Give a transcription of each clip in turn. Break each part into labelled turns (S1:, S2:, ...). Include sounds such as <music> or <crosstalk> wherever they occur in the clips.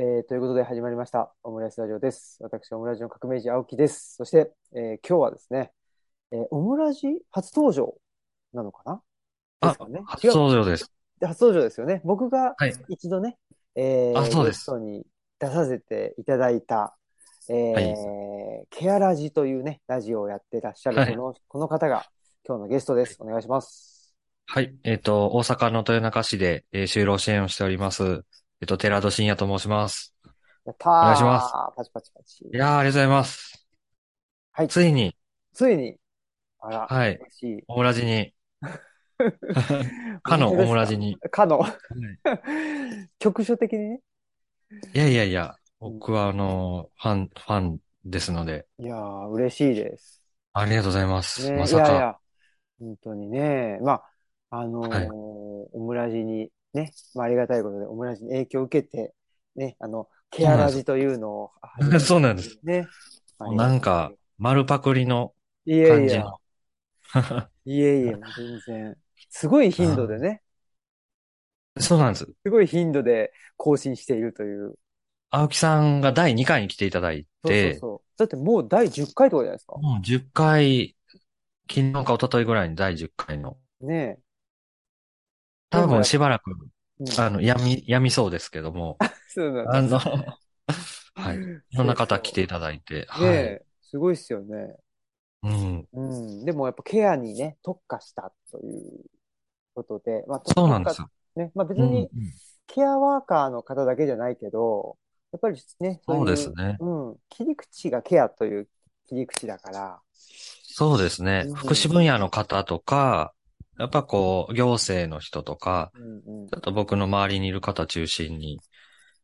S1: えーということで始まりました、オムライスラジオです。私、オムラジの革命児、青木です。そして、えー今日はですね、えーオムラジ初登場なのかな
S2: あ
S1: ですかね
S2: 初登場です。
S1: で初登場ですよね。僕が
S2: はい
S1: 一度ね、えー
S2: あそうで
S1: ゲ
S2: す
S1: ストに出させていただいた、えーケアラジというね、ラジオをやってらっしゃる
S2: はい
S1: この,、この方が今日のゲストです。お願いします。
S2: はい。えっ、と、大阪の豊中市で、えー就労支援をしております。えっ、と、寺戸信也と申します。
S1: やったー。
S2: お願いします
S1: パチパチパチ。
S2: いやー、ありがとうございます。
S1: はい
S2: ついに、
S1: ついに、あら、
S2: はい。
S1: 嬉しい。
S2: オムラジ
S1: <laughs>
S2: に。かの
S1: 本当です
S2: オムラジに。
S1: かの
S2: い。
S1: <laughs> 局所的にね。
S2: いやいやいや、僕はあのーファン、ファンですので、
S1: いやー、嬉しいです。
S2: ありがとうございます。
S1: ね、
S2: まさ
S1: いやい
S2: か。
S1: や、本当にね、まあ、あのー
S2: はい
S1: オムラジにね、まあ、ありがたいことで、オムラジに影響を受けて、ね、あの、ケアラジというのを始めた、
S2: そうなんです
S1: ね。
S2: もうなんか、丸パクリの
S1: いや
S2: 感
S1: い
S2: じ
S1: や、
S2: の。 <laughs>
S1: いえいえ、全然。すごい頻度でね、
S2: そうなんです。
S1: すごい頻度で更新しているという。
S2: 青木さんが第2回に来ていただい
S1: そうそう
S2: て、
S1: そう。だってもう第10回とかじゃないですか。
S2: もう10回、昨日か一昨日ぐらいに第10回の。
S1: ね
S2: 多分しばらく、
S1: え。うん
S2: あの、やみ、やみそうですけども、
S1: そうなんだ
S2: あの、はい。いろんな方来ていただいて、
S1: ね
S2: は
S1: え、すごいっすよね。
S2: い。うん。
S1: うん、でもやっぱケアにね、特化したということで、まあ、
S2: そうなんです
S1: よ。
S2: よ。
S1: ね、まあ別
S2: うんう
S1: に
S2: ん、
S1: ケアワーカーの方だけじゃないけど、やっぱりね、
S2: そう
S1: い
S2: ですね。
S1: うん、切り口がケアという切り口だから、
S2: そうですね
S1: うん。
S2: 福祉分野の方とか、やっぱこう、行政の人とか、
S1: うん
S2: ちょっと僕の周りにいる方中心に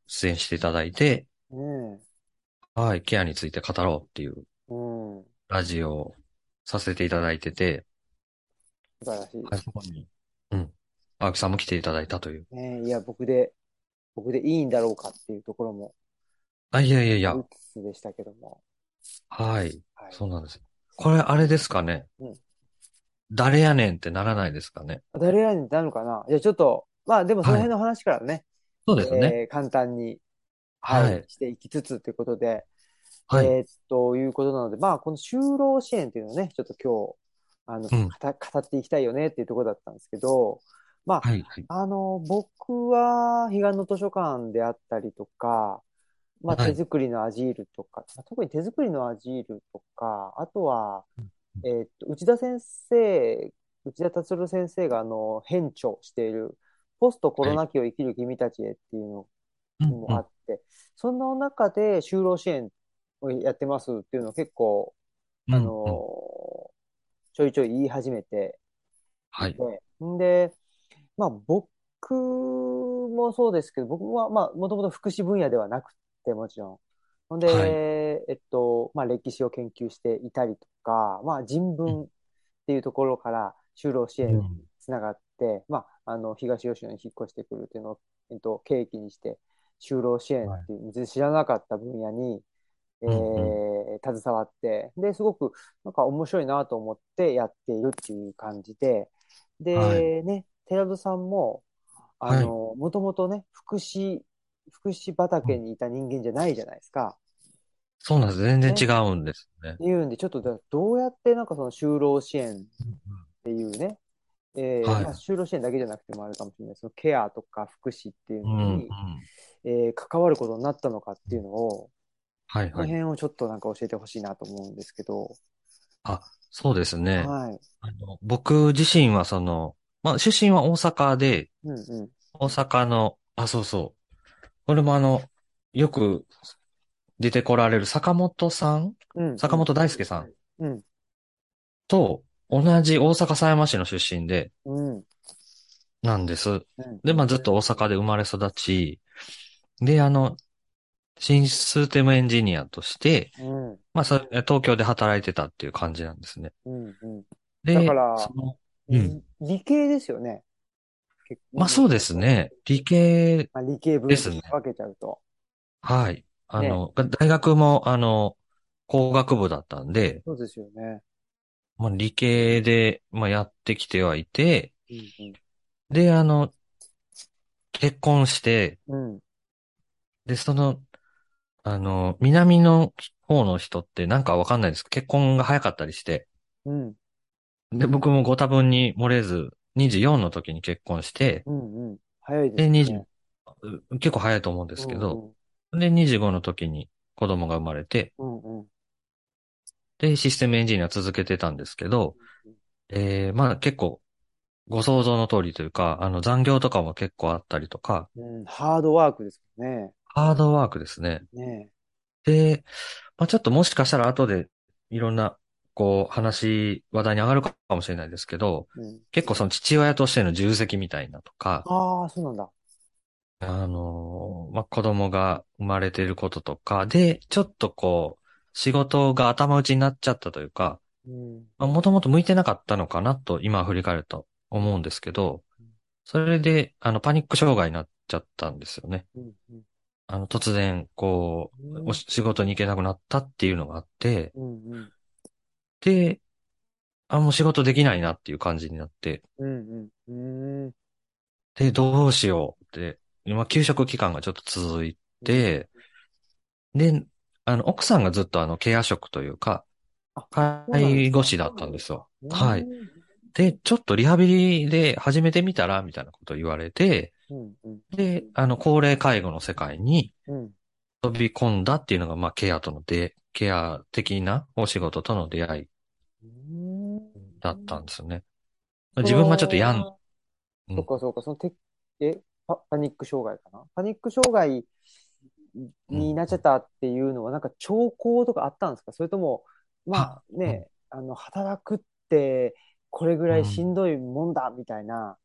S2: 出演していただいて、
S1: うん、ねえ、
S2: はい、ケアについて語ろうっていう
S1: うん、素
S2: ラジオをさせていただいてて、
S1: 晴らしい。
S2: はい、そこに、うん。青木さんも来ていただいたという。
S1: ねえ、いや、僕で、僕でいいんだろうかっていうところも、
S2: あ、いやいやいや
S1: う、つつでしたけども。
S2: はい。
S1: はい。
S2: そうなんです。これ、あれですかね
S1: うん。
S2: 誰やねんってならないですかね。
S1: 誰らになるのかなじゃあちょっと、まあでもその辺の話からね、
S2: そうですね。
S1: えー簡単に、
S2: はい
S1: していきつつということで、
S2: はい。
S1: えーっと、いうことなので、まあ、この就労支援っていうのをね、ちょっと今日、あの、
S2: うん
S1: かた語っていきたいよねっていうところだったんですけど、まあ、
S2: はい。はい。
S1: あの、僕は、彼岸の図書館であったりとか、まあ、
S2: はい
S1: 手作りのアジールとか、まあ特に手作りのアジールとか、あとは、えーっと、内田先生、内田達郎先生が、あの、編著している、ポストコロナ期を生きる君たちへっていうのを
S2: うん
S1: もあ
S2: うん
S1: って、その中で就労支援をやってますっていうのを結構、あのー
S2: うんうん
S1: ちょいちょい言い始めて、
S2: はい。
S1: で、んで、まあ僕もそうですけど、僕はまあもともと福祉分野ではなくてもちろん。ほんで、
S2: はい
S1: えっと、まあ歴史を研究していたりとか、まあ人
S2: うん
S1: 文っていうところから就労支
S2: う
S1: 援
S2: ん
S1: つながって、まあ、あの東吉野に引っ越してくるっていうのを、えっと、契機にして就労支援っていう、全然知らなかった分野に、えー携わってですごくなんか面白いなと思ってやっているっていう感じでで、
S2: は
S1: ね寺戸さんもあの、もともとね福祉福祉畑にいた人間じゃないじゃないですか。
S2: そうなんです。全然違うんですね。
S1: いうんでちょっとだどうやってなんかその就労支援
S2: うん
S1: っていうね、えー
S2: はい
S1: まあ、就労支援だけじゃなくてもあるかもしれない、そのケアとか福祉っていう
S2: うん。
S1: の
S2: うん
S1: に、えー関わることになったのかっていうのを、
S2: はい。
S1: この
S2: はい。
S1: 辺をちょっとなんか教えてほしいなと思うんですけど、
S2: あ、そうですね。
S1: はい。
S2: あの僕自身はその、まあ、出身は大阪で、
S1: うんうん。
S2: 大阪の、あ、そうそう。これもあの、よく出てこられる坂本さん
S1: うんうん
S2: 坂本大輔さん。
S1: うん。
S2: と同じ大阪狭山市の出身で、
S1: うん。
S2: なんです。
S1: うん
S2: で、まあずっと大阪で生まれ育ち、で、あの、新システムエンジニアとして、
S1: うん
S2: まあそ東京で働いてたっていう感じなんですね。
S1: うんうん
S2: で、
S1: だから
S2: そのうん
S1: 理系ですよね。結構
S2: まあそうですね。理系、
S1: まあ、理系分
S2: ですね
S1: 分けちゃうと。
S2: はい。あの、大学も、あの、工学部だったんで、
S1: そうですよね。
S2: まあ理系で、まあやってきてはいて、
S1: うん
S2: で、あの、結婚して、
S1: うん。うん。
S2: で、その、あの、南の方の人ってなんかわかんないです。結婚が早かったりして。
S1: うん、
S2: で、僕もご多分に漏れず、24の時に結婚して、
S1: うん、うん。早いで
S2: です
S1: ね。
S2: 20う結構早いと思うんですけど、で、25の時に子供が生まれて、
S1: うん、うん、うん
S2: で、システムエンジニア続けてたんですけど、えー、まあ結構、ご想像の通りというか、あの残業とかも結構あったりとか、
S1: うん、うん。ハードワークですもんね。
S2: ハードワークですね。
S1: ね
S2: で、まあちょっともしかしたら後でいろんな、こう話、話題に上がるかもしれないですけど、
S1: え。うん、
S2: 結構その父親としての重責みたいなとか、
S1: ああ、そうなんだ。
S2: あのーまあ、子供が生まれてることとかで、ちょっとこう、仕事が頭打ちになっちゃったというか、
S1: うん、
S2: まあ、もともと向いてなかったのかなと今振り返ると思うんですけど、それで、あの、パニック障害になっちゃったんですよね。
S1: うん、うん。
S2: あの、突然、こう、お仕仕事に行けなくなったっていうのがあって、
S1: うん、うん、
S2: で、あ、もう仕事できないなっていう感じになって、
S1: うん、うん。うーん
S2: で、どうしようって、今、休職期間がちょっと続いて、で、あの、奥さんがずっとあの、ケア職というか、
S1: うなんですか
S2: 介護士だったんですよ。はい
S1: うん
S2: で、ちょっとリハビリで始めてみたら、みたいなことを言われて、
S1: うん、うん、
S2: で、あの、高齢介護の世界に
S1: うん。
S2: 飛び込んだっていうのが、まあ、ケアとので、ケア的なお仕事との出会いだったんですよね。自分がちょっとやん、うん
S1: そっかそっか、そのて、え、パ、パニック障害かなパニック障害になっちゃったっていうのは、なんか兆候とかあったんですかそれとも、まあね、あの、働くって、これぐらいしんどいもんだ、みたいな、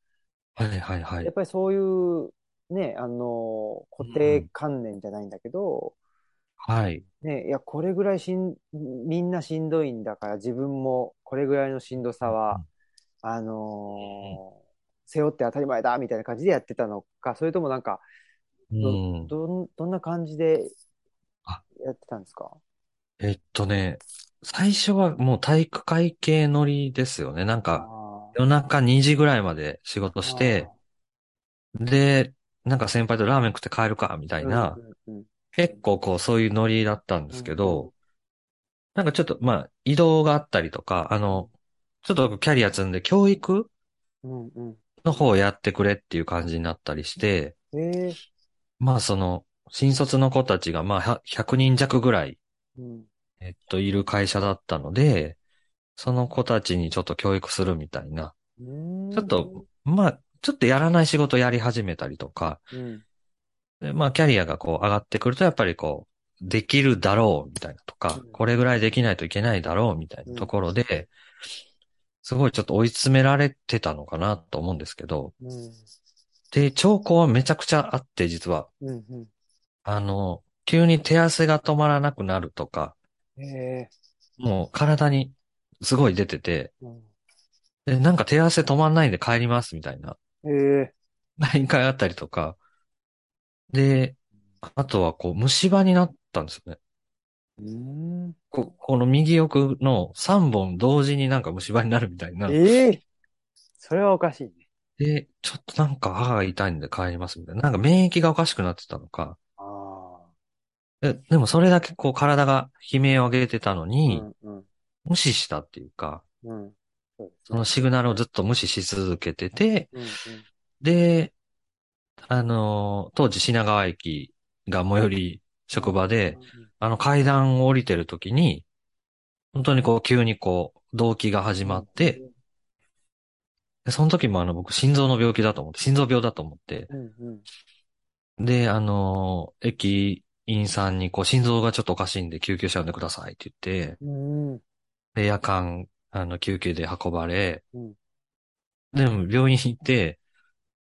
S2: はいはいは
S1: や
S2: い
S1: っ。ぱりそういう、ね、あの、固定観念じゃないんだけど、
S2: はい。
S1: ね、いや、これぐらいしん、みんなしんどいんだから、自分もこれぐらいのしんどさは、あのー背負って当たり前だみたいな感じでやってたのか、それともなんか、
S2: うん。
S1: どん、どんな感じで
S2: あ
S1: やってたんですか
S2: えっとね、最初はもう体育会系乗りですよね。なん
S1: あ
S2: か、夜中2時ぐらいまで仕事して、で、なんか先輩とラーメン食って帰るか、みた
S1: ー
S2: いな、
S1: うんうん
S2: 結構こうそういうノリだったんですけ
S1: うんうん
S2: ど、なんかちょっとまあ移動があったりとか、あの、ちょっと僕キャリア積んで教育
S1: うんうん
S2: の方をやってくれっていう感じになったりして、
S1: うんえー
S2: まあその、新卒の子たちがまあ100人弱ぐらい
S1: うん
S2: えっと、いる会社だったので、その子たちにちょっと教育するみたいな。
S1: うーん
S2: ちょっと、まあ、ちょっとやらない仕事やり始めたりとか、
S1: うん
S2: でまあ、キャリアがこう上がってくると、やっぱりこう、できるだろうみたいなとか
S1: うん、
S2: これぐらいできないといけないだろうみたいなところで、すごいちょっと追い詰められてたのかなと思うんですけど、
S1: うん
S2: で、兆候はめちゃくちゃあって、実は、
S1: うんう
S2: あの、急に手汗が止まらなくなるとか、
S1: んえ
S2: もう体にすごい出てて、
S1: ーうん
S2: で、なんか手汗止まんないんで帰りますみたいな。 <laughs>
S1: え
S2: 何回あったりとか。で、あとはこう虫歯になったんですよね。
S1: ーうん
S2: こ、この右奥の3本同時になんか虫歯になるみたいな。
S1: えーそれはおかしいね。
S2: で、ちょっとなんか歯が痛いんで帰りますみたいな。なんか免疫がおかしくなってたのか。
S1: あ
S2: で、でもそれだけこう体が悲鳴を上げてたの
S1: ー
S2: に、
S1: うん
S2: 無視したっていうか、
S1: うんうんそうです
S2: そ
S1: ね
S2: のシグナルをずっと無視し続けてて、
S1: うんうん
S2: で、あのー当時品川駅が最寄り職場で、あの階段を降りてる時に、本当にこう急にこう、動悸が始まって、でその時もあの僕心臓の病気だと思って、心臓病だと思って、
S1: うんうん
S2: で、あのー駅員さんにこう心臓がちょっとおかしいんで救急車呼んでくださいって言って、
S1: うんうん
S2: で、夜間、あの、救急で運ばれ、
S1: うん
S2: でも病院行って、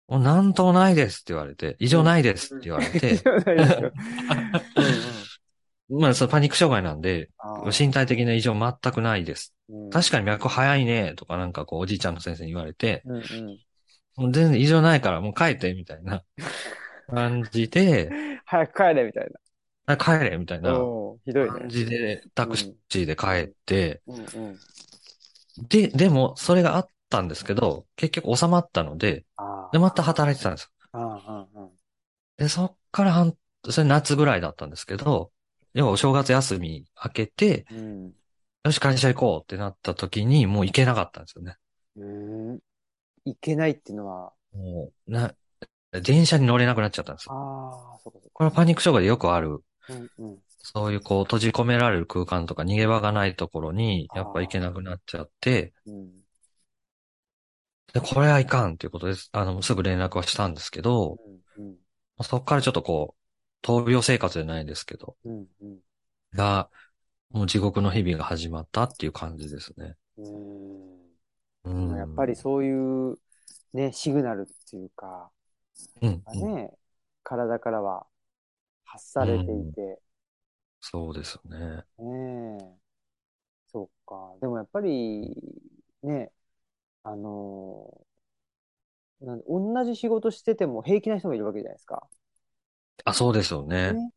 S2: おなんともないですって言われて、異常ないですって言われて、 <laughs> まあ、そのパニック障害なんで、身体的な異常全くないです。確かに脈早いね、とかなんかこう、おじいちゃんの先生に言われて、
S1: に。うんうん、
S2: もう全然異常ないからもう帰って、みた
S1: <laughs>
S2: いな感じで、
S1: 早く帰れみたい
S2: あ帰れ、みたい
S1: な。
S2: な
S1: おーひどいね。
S2: 感じで、タクシーで帰って、
S1: うんうん、
S2: で、でも、それがあったんですけど、結局収まったので、
S1: あー
S2: で、また働いてたんですよ。
S1: あーあーあー
S2: で、そっから半それ夏ぐらいだったんですけど、要はお正月休み明けて、
S1: うん。
S2: よし会社行こうってなった時にもう行けなかったんですよね。
S1: うん。いけないっていうのは、
S2: もう、な、電車に乗れなくなっちゃったんですよ。
S1: ああ、そうかそう
S2: これはパニック障害でよくある、
S1: か。うんうん。
S2: そういうこう閉じ込められる空間とか逃げ場がないところに、やっぱ行けなくなっちゃって、
S1: うん。
S2: で、これはいかんっていうことです。あの、すぐ連絡はしたんですけど、
S1: うんうん。
S2: そこからちょっとこう、闘病生活じゃないですけど、
S1: うんうん。
S2: が、もう地獄の日々が始まったっていう感じですね。
S1: うん。
S2: うん。
S1: やっぱりそういう、ね、シグナルっていうか、
S2: うん、うん。
S1: ね、体からは発されていて、
S2: そうですね。
S1: ねえ、そうか。でもやっぱり、ね、あのなん同じ仕事してても平気な人もいるわけじゃないですか。
S2: あ、そうですよね。
S1: ね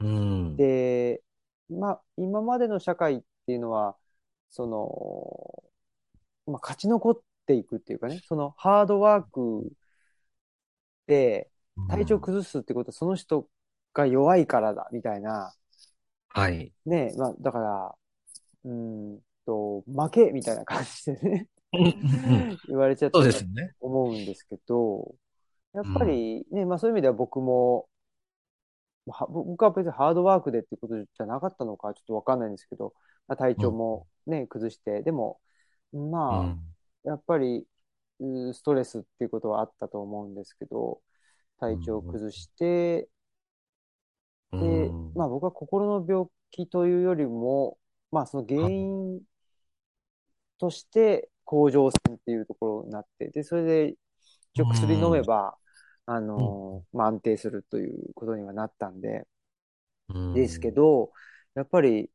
S2: うん。
S1: で、まあ、今までの社会っていうのは、その、まあ、勝ち残っていくっていうかね、そのハードワークで、体調崩すってことはその人が弱いからだみたいな、
S2: うんはい。
S1: ねえ、まあだから、うーんと、負けみたいな感じでね、
S2: うん
S1: 言われちゃった
S2: そう
S1: と
S2: ですね。
S1: 思うんですけど、やっぱりね、まあそういう意味では僕も、は僕は別にハードワークでってことじゃなかったのかちょっとわかんないんですけど、まあ、体調もね、崩して、でも、
S2: う
S1: まあ、
S2: ん。
S1: やっぱりうーストレスっていうことはあったと思うんですけど、体調を崩して、
S2: う
S1: で
S2: ん、
S1: まあ僕は心の病気というよりも、まあその原因として甲状腺っていうところになって、で、それで一応薬飲めば、あのー、まあ安定するということにはなったんで、
S2: うん
S1: ですけ。ど、やっぱり、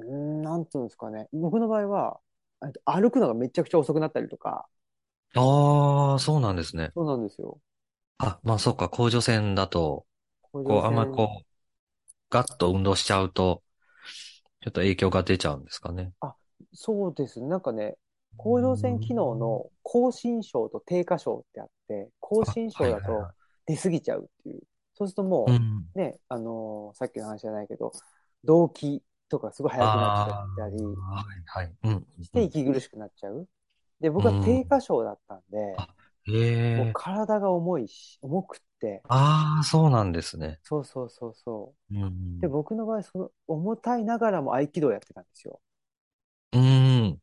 S1: うーんなんていうんですかね、僕の場合は、えっと歩くのがめちゃくちゃ遅くなったりとか、
S2: ああ、そうなんですね。
S1: そうなんですよ。
S2: あ、まあそうか、甲状腺だと、
S1: 甲
S2: こ
S1: 状
S2: う、あんまり
S1: 腺
S2: こう、ガッと運動しちゃうと、ちょっと影響が出ちゃうんですかね。
S1: そうですね、なんかね、甲状腺機能の亢進症と低下症ってあって、亢進症だ
S2: あはいはいは
S1: と出過ぎちゃうっていう。そうするとも
S2: うん。
S1: う、ね、あのーさっきの話じゃないけど、動悸とかすごい速くなっちゃったり
S2: はい、はい。うん。
S1: して息苦しくなっちゃう。で、僕は低下症だったんで、
S2: へ
S1: もう
S2: え。
S1: 体が重いし、重くって、
S2: ああ、そうなんですね。
S1: そうそうそうそうう。
S2: ん
S1: で、。僕の場合、その、重たいながらも合気道やってたんですよ。
S2: うん。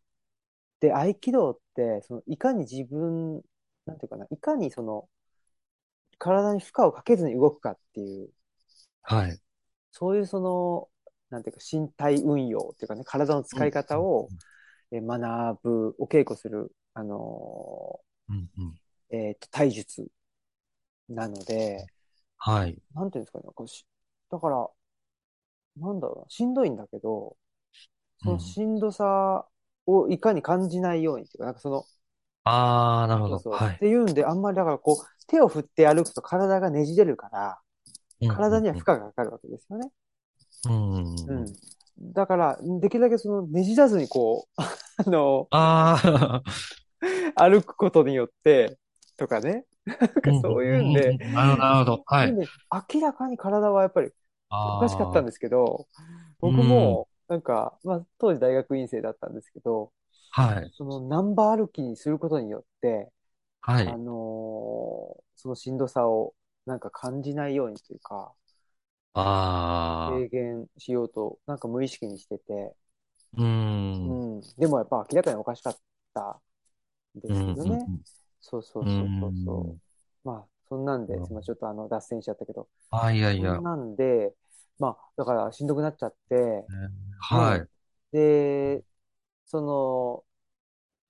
S1: で、合気道って、その、いかに自分、なんていうかな、いかにその、体に負荷をかけずに動くかっていう、
S2: はい。
S1: そういうその、なんていうか、身体運用っていうかね、体の使い方をえー学ぶ、お稽古する、あの
S2: うんうん。
S1: ー、えっと、体術なので、
S2: はい。
S1: なんていうんですかね、こうし、だから、なんだろうな、しんどいんだけど、そのしんどさをいかに感じないようにっていうか、なんかその、
S2: ああ、なるほど。
S1: そうそう。
S2: は
S1: っ
S2: い。
S1: ていうんで、あんまりだからこう、手を振って歩くと体がねじれるから、体には負荷がかかるわけですよね。
S2: うんうんうん。
S1: う
S2: うん
S1: ん。だから、できるだけその、ねじらずにこう、 <laughs> あの、
S2: ああ、
S1: 歩くことによって、とかね。なんか <laughs> そういうんで、
S2: んんなるほど、なるほど。は
S1: ないん。で明らかに体はやっぱり
S2: あ
S1: お
S2: ー
S1: かしかったんですけど、僕も、なんか、まあ、当時大学院生だったんですけど、
S2: はい。
S1: その、ナンバー歩きにすることによって、
S2: は
S1: あ
S2: い。
S1: のーそのしんどさをなんか感じないようにというか、
S2: あ
S1: 軽減しようと、なんか無意識にしてて、
S2: あ、う
S1: う
S2: ん。
S1: ん。でもやっぱ明らかにおかしかったんですけどね。
S2: うんうんうん
S1: そうそうそうそうそう。
S2: うん
S1: まあ、そんなんで、
S2: うん
S1: すいません、ちょっとあの、脱線しちゃったけど、
S2: あ、いや
S1: そ
S2: いや
S1: ん。なんで、まあ、だからしんどくなっちゃって、
S2: はい。
S1: で、その、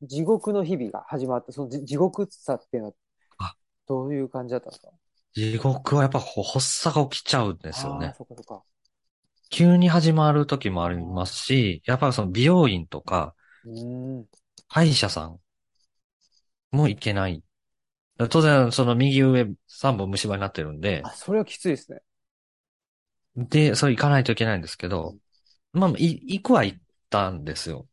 S1: 地獄の日々が始まった、その地地獄さっていうのは
S2: あ、
S1: どういう感じだったんですか
S2: 地獄はやっぱこう発作が起きちゃうんですよ
S1: あ
S2: ね
S1: ー。そっかそっか。
S2: 急に始まる時もありますし、やっぱりその美容院とか、
S1: うーん。
S2: 歯医者さんも行けない。当然、その右上3本虫歯になってるんで
S1: あ、、それはきついですね。
S2: で、それ行かないといけないんですけど、まあ、い行くは行ったんですよ。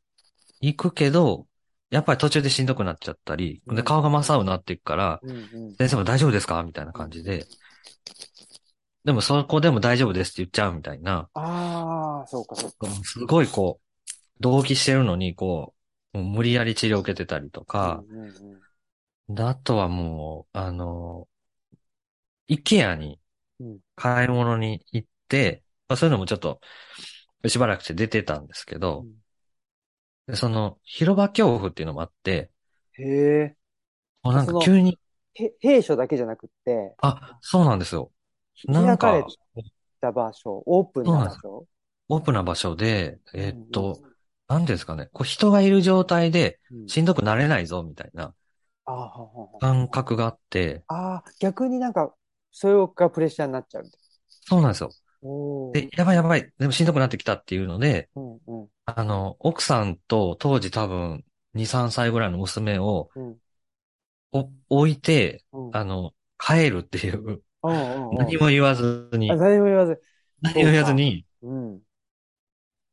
S2: 行くけど、やっぱり途中でしんどくなっちゃったり、
S1: うん
S2: で、顔が真っ青になっていくから、
S1: うんうん。
S2: 先生も大丈夫ですかみたいな感じで。でもそこでも大丈夫ですって言っちゃうみたいな、
S1: ああ、そうか、そうか。
S2: すごいこう、同期してるのに、こう、もう無理やり治療を受けてたりとか、
S1: うんうんうん
S2: あとはもう、あの、イケアに
S1: うん
S2: 買い物に行って、まあ、そういうのもちょっと、しばらくして出てたんですけ
S1: う
S2: ど、
S1: ん
S2: でその、広場恐怖っていうのもあって、
S1: へ
S2: もうなん
S1: そ
S2: か
S1: の
S2: 急に、
S1: え。へ兵所だけじゃなくって、
S2: あ、そうなんですよ。な
S1: 開
S2: ん
S1: かれ
S2: か、
S1: た場所、オープンな場所。
S2: オープンな場所で、えーっ
S1: うん
S2: と、なんていうんですかね、こう人がいる状態で、
S1: うん
S2: しんどくなれないぞ、みたいな
S1: あーはんはんはん
S2: 感覚があって、
S1: あー、逆になんか、それがプレッシャーになっちゃうみたい
S2: そうなんですよ。
S1: な。おー
S2: で、やばいやばい、でもしんどくなってきたっていうので、
S1: うんうん
S2: あの、奥さんと当時多分2、3歳ぐらいの娘を
S1: うん
S2: お置いて、
S1: うん。
S2: あの、帰るっていう、
S1: うんうんうん
S2: 何も言わずに
S1: あ、何も言わず。
S2: 何も言わずに、
S1: うん。うん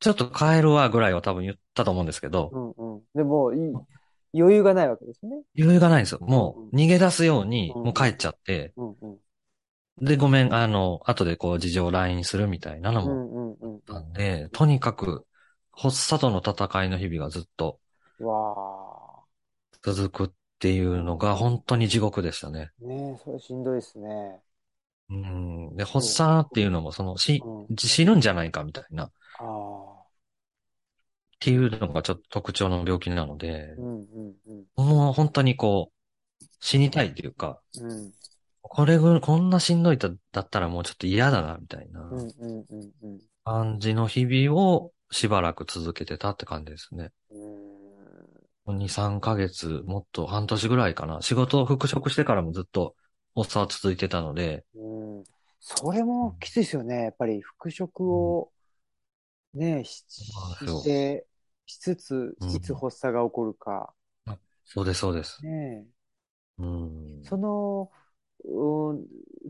S2: ちょっと帰るわぐらいは多分言ったと思うんですけど、
S1: うん。でも、いい、余裕がないわけですね。
S2: 余裕がないんですよ。もう
S1: うん
S2: 逃げ出すように、
S1: うん
S2: もう帰っちゃって、
S1: うんうん。
S2: で、ごめん、あの、後でこう事情 LINE するみたいなの
S1: う
S2: も
S1: んうんうん
S2: あったんで、とにかく、発作との戦いの日々がずっと
S1: うん。わ
S2: 続くっていうのが本当に地獄でしたね。
S1: ー。ねえ、それしんどいですね。
S2: うん。で、発作っていうのも、その、し
S1: うん、
S2: 死ぬんじゃないかみたいな、っ
S1: ああ。
S2: ていうのがちょっと特徴の病気なので
S1: う、んうんうん。
S2: もう本当にこう、死にたいというか、
S1: うん
S2: これぐ、こんなしんどいだだったらもうちょっと嫌だな、みたいな
S1: うんうんうんうん。
S2: 感じの日々をしばらく続けてたって感じですね。
S1: うーん
S2: 2、3ヶ月、もっと半年ぐらいかな。仕事を復職してからもずっと、発作は続いてたので、
S1: うん、それもきついですよね。やっぱり復職をね、し
S2: そうな
S1: し
S2: んですよ
S1: て、しつつ、
S2: うん
S1: いつ発作が起こるか。
S2: そうです、そうです。
S1: ね
S2: うん。
S1: その、うん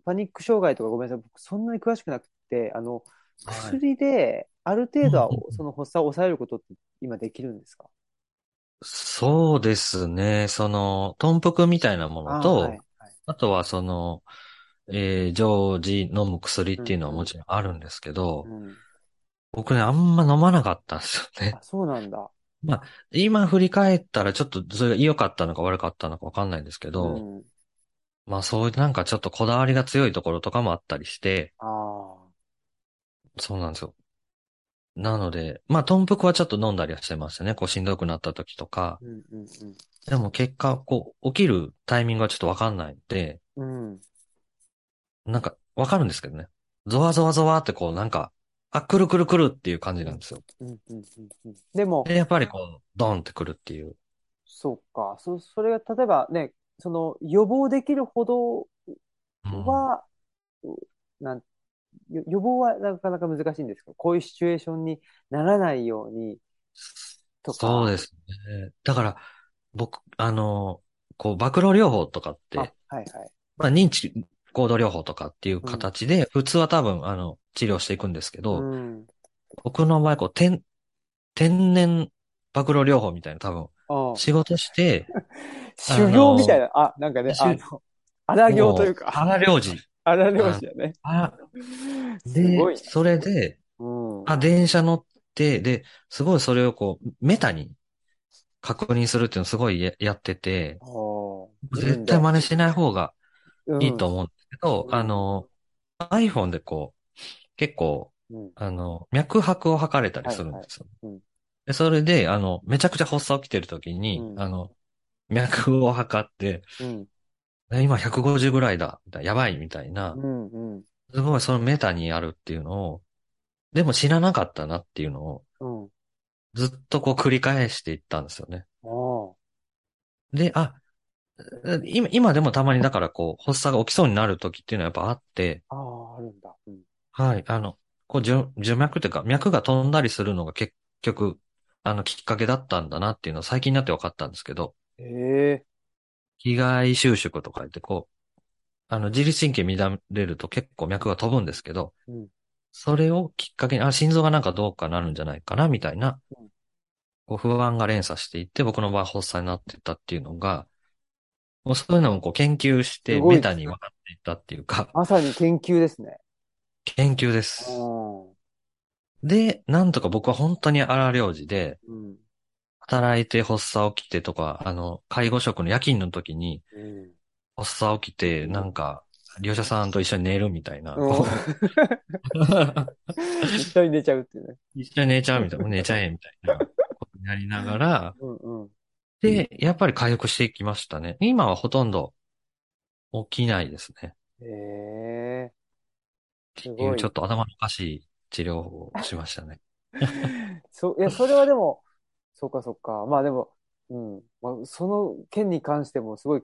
S1: パニック障害とかごめんなさい、僕そんなに詳しくなくて、あの、
S2: はい
S1: 薬である程度は
S2: うんうんうん
S1: その発作を抑えることって今できるんですか
S2: そうですね。その、豚腹みたいなもの
S1: あ
S2: と、
S1: はいはい
S2: あとはその、えー常時飲む薬っていうのはもちろんあるんですけど、
S1: うん
S2: 僕ね、あんま飲まなかったんですよね。 <laughs>
S1: あ、そうなんだ。
S2: 今振り返ったらちょっとそれが良かったのか悪かったのかわかんないんですけ
S1: う
S2: ど、
S1: ん。
S2: まあそういうなんかちょっとこだわりが強いところとかもあったりして、
S1: あ
S2: そうなんですよ。なので、まあ、豚腹はちょっと飲んだりはしてましたね。こう、しんどくなった時とか
S1: あ。。うんうん
S2: でも結果、こう、起きるタイミングはちょっとわかんないんで、
S1: うん。うん。
S2: なんか、わかるんですけどね。ゾワゾワゾワってこう、なんか、あ、くるくるくるっていう感じなんですよ。
S1: うんうんうんうん。でも、
S2: で、やっぱりこう、ドンってくるっていう。
S1: そうか。そ、それが、例えばね、その、予防できるほど
S2: うん
S1: は、うなん、よ予防はなかなか難しいんですけど、こういうシチュエーションにならないように、とか。
S2: そうですね。だから、僕、あの、こう、暴露療法とかって、
S1: あ、はいはい。
S2: まあ、認知行動療法とかっていう形で、普通は多分、あの、治療していくんですけ
S1: う
S2: ど、
S1: ん。
S2: 僕の場合、こう、天、天然暴露療法みたいな、多分、
S1: あ
S2: 仕
S1: <laughs>
S2: 事して、
S1: 修行みたいな。あ、なんかね、
S2: 修
S1: あの、荒行というか、
S2: 花領事。
S1: 荒漁師だね。
S2: あ、
S1: すごい
S2: で、。それで、
S1: うん。
S2: あ、電車乗って、で、すごいそれをこう、メタに確認するっていうのすごいややってて、
S1: おー、いい
S2: 絶
S1: んだ
S2: 対真似しない方がいいと
S1: うん
S2: 思うんですけど、
S1: うん
S2: あの、iPhone でこう、結構、
S1: うん。
S2: あの、脈拍を測れたりするんですよ。
S1: はいはいうん
S2: でそれで、あの、めちゃくちゃ発作起きてる時に、
S1: うん
S2: あの、脈を測って、
S1: うん。
S2: え今150ぐらいだ、みたいなやばいみたいな
S1: う、ん。うん。
S2: すごいそのメタにやるっていうのを、でも知らなかったなっていうのを、
S1: うん。
S2: ずっとこう繰り返していったんですよね。
S1: おー。
S2: で、あ、え今、今でもたまにだからこう、発作が起きそうになる時っていうのはやっぱあって、
S1: ああ、あるんだ。うん。
S2: はい、あの、こう、除除脈というか、脈が飛んだりするのが結局、あの、きっかけだったんだなっていうのは最近になって分かったんですけど、
S1: ええ
S2: 被害収縮とか言って、こう、あの、自律神経乱れると結構脈が飛ぶんですけど、
S1: うん
S2: それをきっかけに、あ、心臓がなんかどうかなるんじゃないかな、みたいな
S1: うん、
S2: こう不安が連鎖していって、僕の場合発作になってったっていうのが、もうそういうのもこう研究して、
S1: すごい
S2: メタに分かっていったっていうか、
S1: まさに研究ですね。
S2: 研究です。で、なんとか僕は本当に荒療治で、
S1: うん。うん。
S2: 働いて発作起きてとか、あの、介護職の夜勤の時に
S1: うん。
S2: 発作起きて、なんか、利用者さんと一緒に寝るみたいな。
S1: うん <laughs> 一緒に寝ちゃうっていうね。
S2: <laughs> 一緒に寝ちゃうみたいな、寝ちゃえみたいなことになりながら、
S1: うんうん。
S2: で、やっぱり回復していきましたね。今はほとんど起きないですね。
S1: ええす
S2: ってい
S1: ご
S2: う
S1: い
S2: ちょっ。と頭のおかしい治療をしましたね。
S1: そう、いや、それはでも、そうかそうか。まあでも、うん。まあ、その件に関してもすごい、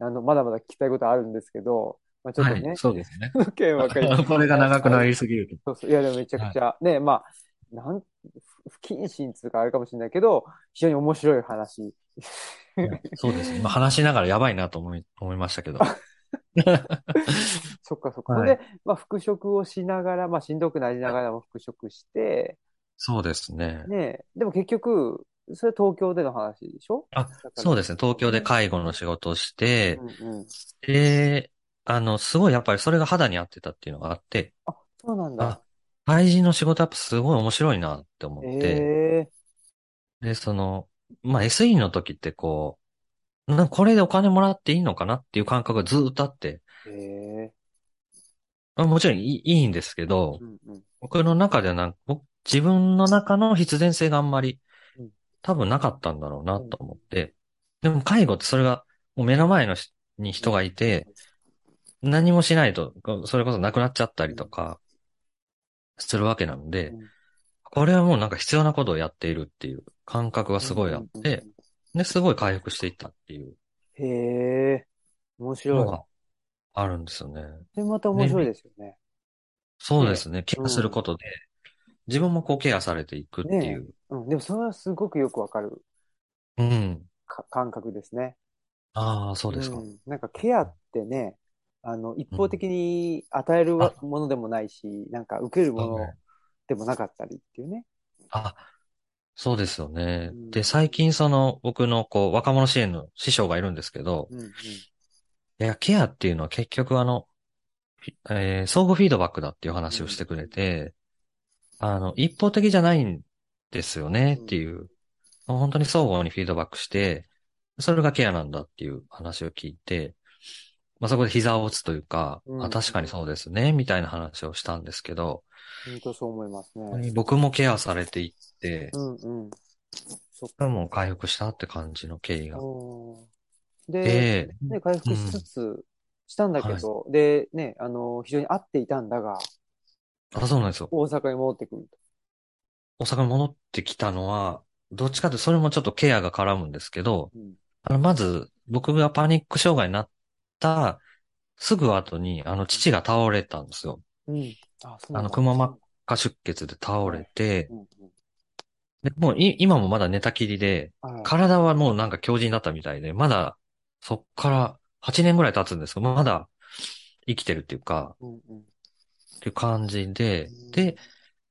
S1: あの、まだまだ聞きたいことあるんですけど、まあ <laughs> ちょっと <laughs>
S2: は
S1: ね
S2: い、、そうですね。
S1: その件ばっかり。
S2: <laughs> これが長くなりすぎる
S1: そ
S2: と。
S1: うそう。いや、でもめちゃくちゃ、ね、まあ、なん、不謹慎っていうかあれかもしれないけど、非常に面白い話。 <laughs>
S2: そうですね。今話しながらやばいなと思い、思いましたけど。
S1: そっかそっか。
S2: はい
S1: で、まあ、復職をしながら、まあ、しんどくなりながらも復職して、
S2: そうですね。
S1: ねえ、でも結局、それは東京での話でしょ
S2: あ、そう
S1: で
S2: ですね。東京で介護の仕事をして、
S1: うんうん。
S2: で、あの、すごいやっぱりそれが肌に合ってたっていうのがあって、
S1: そうなんだ
S2: あ。、対人の仕事やっぱすごい面白いなって思って、
S1: ええ
S2: で、その、まあ、SE の時ってこう、な、これでお金もらっていいのかなっていう感覚がずーっとあって、
S1: ええ
S2: まあ、もちろんいい、いいんですけど
S1: う、んうん。
S2: 僕の中ではなんか、僕自分の中の必然性があんまり
S1: うん、
S2: 多分なかったんだろうなと思って、でも介護ってそれが、もう目の前のしに人がいて、何もしないと、こうそれこそ亡くなっちゃったりとか、するわけなので
S1: うん、
S2: これはもうなんか必要なことをやっているっていう感覚がすごいあっ
S1: うんうん
S2: て、で、すごい回復していったっていう
S1: うん。へえ、面
S2: の
S1: 白い。
S2: があるんですよね。
S1: で、また面白いですよね。
S2: そうですね。ケアすることで、自分もこうケアされていくっていう。
S1: うん。でも、それはすごくよくわかる
S2: うん。
S1: か感覚ですね。
S2: ああ、そうですか。
S1: ん。なんか、ケアってね、あの、一方的に与えるわものでもないし、なんか、受けるものでもなかったりっていうね。
S2: あ、そうですよね
S1: う。ん
S2: で、最近その僕のこう若者支援の師匠がいるんですけど、
S1: うんうん。
S2: いや、ケアっていうのは結局あの、フィえー相互フィードバックだっていう話をしてくれて、あの、一方的じゃないんですよねっていう、本当に相互にフィードバックして、それがケアなんだっていう話を聞いて、まあ、そこで膝を打つというか、
S1: う
S2: あ、
S1: ん
S2: 確かにそうですね、みたいな話をしたんですけど、
S1: 本当そう思います
S2: 本当
S1: ね。
S2: に僕もケアされていって、
S1: うんうん。そっ
S2: そ
S1: か
S2: れも回復したって感じの経緯が。
S1: うんで、
S2: で、
S1: ね、回復しつつしたんだけど、で、ね、あの、非常に合っていたんだが、
S2: あ、そうなんですよ。
S1: 大阪に戻ってくる
S2: 大阪に戻ってきたのは、どっちかってそれもちょっとケアが絡むんですけど、
S1: と。うん
S2: あの、まず、僕がパニック障害になった、すぐ後に、あの、父が倒れたんですよ。
S1: うん。あ、そうな
S2: あ
S1: ん
S2: の、
S1: だ
S2: くも膜下出血で倒れて
S1: う、んうん
S2: でもうい今もまだ寝たきりで、
S1: あら
S2: 体はもうなんか強靭だったみたいで、まだ、そっから8年ぐらい経つんですけど、まだ生きてるっていうか、
S1: うんうん
S2: っていう感じで、で、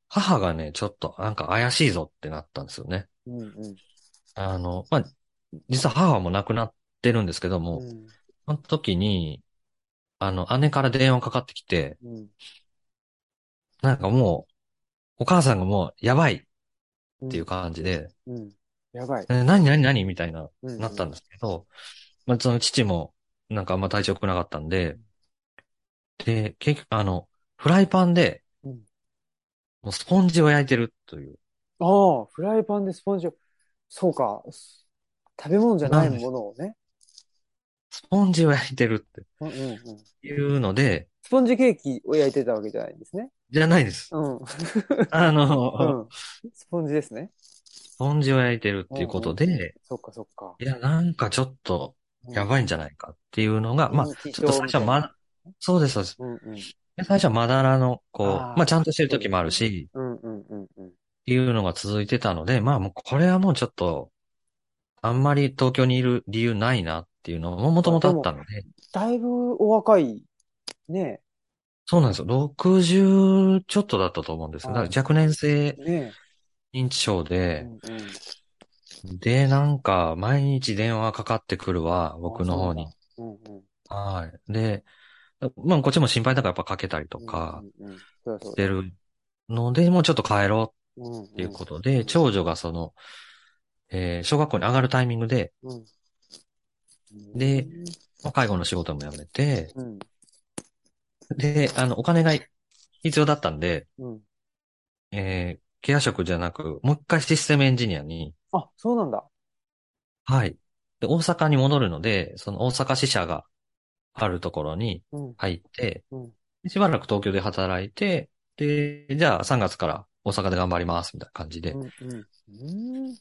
S2: 母がね、ちょっとなんか怪しいぞってなったんですよね。
S1: うんうん
S2: あの、まあ、実は母も亡くなってるんですけども、
S1: うん
S2: その時に、あの、姉から電話かかってきて、
S1: うん
S2: なんかもう、お母さんがもう、やばいっていう
S1: か。
S2: 感じで、
S1: うん。やばい。
S2: え何何何みたいな、
S1: うん
S2: なったんですけど、まあ、その父も、なんかあんま体調良くなかったんで、で、結局、あの、フライパンで、
S1: うん
S2: もうスポンジを焼いてるという、
S1: ああ、フライパンでスポンジを。そうか。す食べ物じゃないものをね。
S2: スポンジを焼いてるっ
S1: うんうんうん。
S2: ていうので、
S1: スポンジケーキを焼いてたわけじゃないんですね。
S2: じゃないです。
S1: うん。
S2: あの、
S1: うん。 <laughs> スポンジですね。
S2: スポンジを焼いてるっていうこと
S1: うんうん
S2: で、
S1: そっかそっか。
S2: いや、なんかちょっとやばいんじゃないかっていうのが、
S1: うん
S2: まあ、
S1: 認
S2: ち
S1: 知症
S2: ょっと最初はまだ、そうです、そうです。
S1: うんうん。
S2: で最初はまだらの、こう、
S1: あー
S2: まあ、ちゃんとしてる時もあるし、
S1: うんうんうんうん。
S2: っていうのが続いてたので、まあ、もうこれはもうちょっと、あんまり東京にいる理由ないなっていうのももともとあったので、
S1: だいぶお若い、ね
S2: そうなんですよ。60ちょっとだったと思うんですよ。だから若年性
S1: え、ね
S2: 認知症
S1: え。
S2: で
S1: う、んうん
S2: で、なんか毎日電話かかってくるわ、僕の方に。。
S1: うんうん。
S2: はい。で、まあ、こっちも心配だからやっぱかけたりとか、
S1: うんうんそうそう
S2: し。てるので、もうちょっと帰ろ
S1: うん、
S2: うっていうことで、長女がその、えー小学校に上がるタイミングで、
S1: うん。
S2: で、まあ介護の仕事も辞めて、
S1: うん、
S2: で、あの、お金が必要だったんで、
S1: うん。
S2: えーケア職じゃなく、もう一回システムエンジニアに、
S1: あ、そうなんだ。
S2: はい。で、大阪に戻るので、その大阪支社があるところに
S1: うん、
S2: 入って
S1: うん、
S2: でしばらく東京で働いて、で、じゃあ3月から大阪で頑張ります、みたいな感じで
S1: う。ん、うん。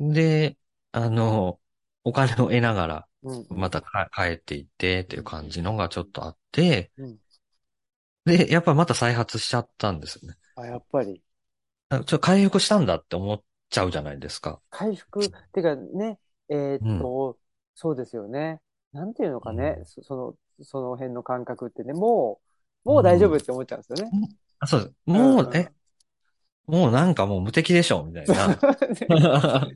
S1: うん
S2: で、あの、お金を得ながら、
S1: うん、
S2: またか帰っていってっていう感じのがちょっとあって
S1: うん、
S2: で、やっぱまた再発しちゃったんですよね。
S1: あ、やっぱり。
S2: あちょっと回復したんだって思っちゃうじゃないですか。
S1: 回復、てかね、えーっと、そうですよね。なんていうのかね、
S2: うん
S1: そその、その辺の感覚ってね、もう、もう大丈夫って思っちゃうんですよね。
S2: あ、そうです。も
S1: う
S2: う、
S1: ん
S2: え、もうなんかもう無敵でしょみたいな。 <laughs>
S1: <laughs> わかる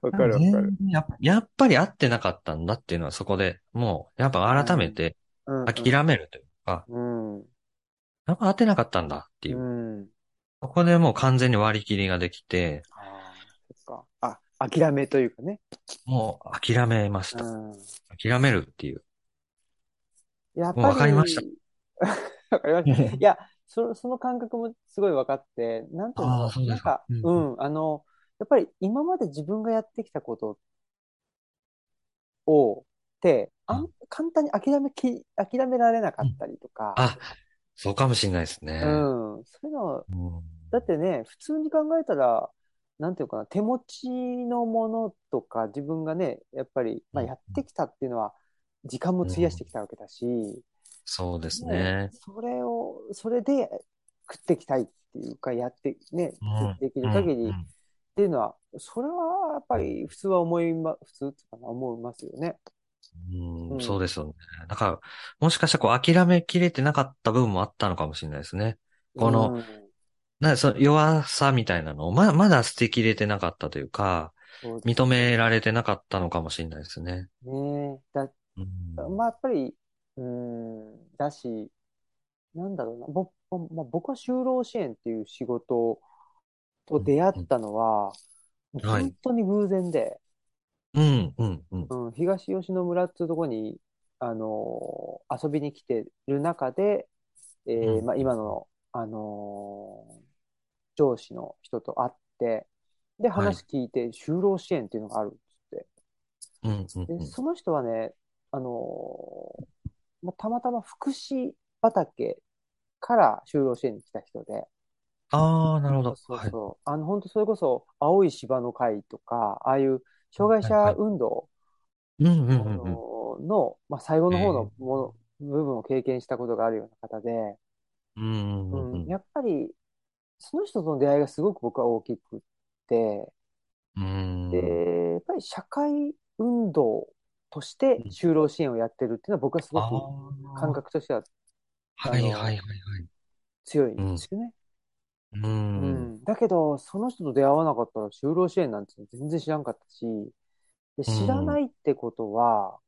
S1: わかる。
S2: 全然やっぱやっぱり合ってなかったんだっていうのはそこで、もう、やっぱ改めて
S1: うんうん
S2: 諦めるというか、
S1: うん。
S2: やっぱ合ってなかったんだっていう。
S1: うん。
S2: そこでもう完全に割り切りができて、
S1: あーそっか。あ、諦めというかね。
S2: もう諦めまし
S1: う
S2: た。
S1: ん。
S2: 諦めるっていう。
S1: やっぱり。
S2: もうわかりました。
S1: <laughs> わかりました。
S2: <laughs>
S1: いや、そ、その感覚もすごい分かって、なんていうの
S2: あーそう
S1: な
S2: で
S1: ん
S2: すか
S1: か、う、
S2: うん
S1: あの、やっぱり今まで自分がやってきたことを、って、あん
S2: うん、
S1: 簡単に諦めき、諦められなかったりとか、
S2: あ、そうかもしれないですね
S1: う。ん、そういうの、
S2: うん
S1: だってね、普通に考えたら、なんていうかな、手持ちのものとか、自分がね、やっぱり、まあ、
S2: うん
S1: やってきたっていうのは、時間も費やしてきたわけだし、
S2: そうです
S1: ね
S2: ね。
S1: それを、それで食っていきたいっていうか、やって、ね
S2: うん、
S1: できる限
S2: うんう
S1: りっ
S2: ん
S1: ていうのは、それはやっぱり普通は思いま、普通っていうかな、思いますよね。
S2: うん
S1: うん
S2: そうですよね。だから、もしかしたらこう諦めきれてなかった部分もあったのかもしれないですね。この
S1: うん、
S2: なんかその弱さみたいなのをま、まだ捨てきれてなかったというか、
S1: そうです
S2: 認められてなかったのかもしれないですね。
S1: ね。だ、
S2: うん
S1: まあやっぱり、うん、だし、なんだろうな、ぼ、ぼまあ、僕は就労支援っていう仕事と出会ったのは、
S2: んはい
S1: 本当に偶然で、
S2: うん、うん、うん。
S1: うん、東吉野村っていうところに、あのー遊びに来てる中で、えー
S2: うん
S1: まあ、今の、あのー上司の人と会って、で、
S2: はい
S1: 話聞いて、就労支援っていうのがあるっつっ
S2: うん、うん
S1: て。
S2: う
S1: で、
S2: ん。
S1: その人はね、あのーまあ、たまたま福祉畑から就労支援に来た人で、
S2: ああ、なるほど。
S1: そう
S2: はい。
S1: そう。あの、本当それこそ、青い芝の会とか、ああいう障害
S2: はいは
S1: 者
S2: い
S1: 運動、
S2: うん、うん、
S1: あ
S2: うんうん。
S1: のの、まあ、最後の方のもの、部分を経験したことがあるような方で、
S2: うん、うん、う
S1: うん
S2: ん
S1: やっぱり、その人との出会いがすごく僕は大きくって、
S2: うん。
S1: で、やっぱり社会運動として就労支援をやってるっていうのは僕はす
S2: あ
S1: ごく
S2: あ、
S1: 感覚としては
S2: はい、はい、はい、はい。
S1: 強いんですよね。
S2: う
S1: うん
S2: ん。
S1: だけど、その人と出会わなかったら就労支援なんて全然知らんかったし、で、知らないってことは、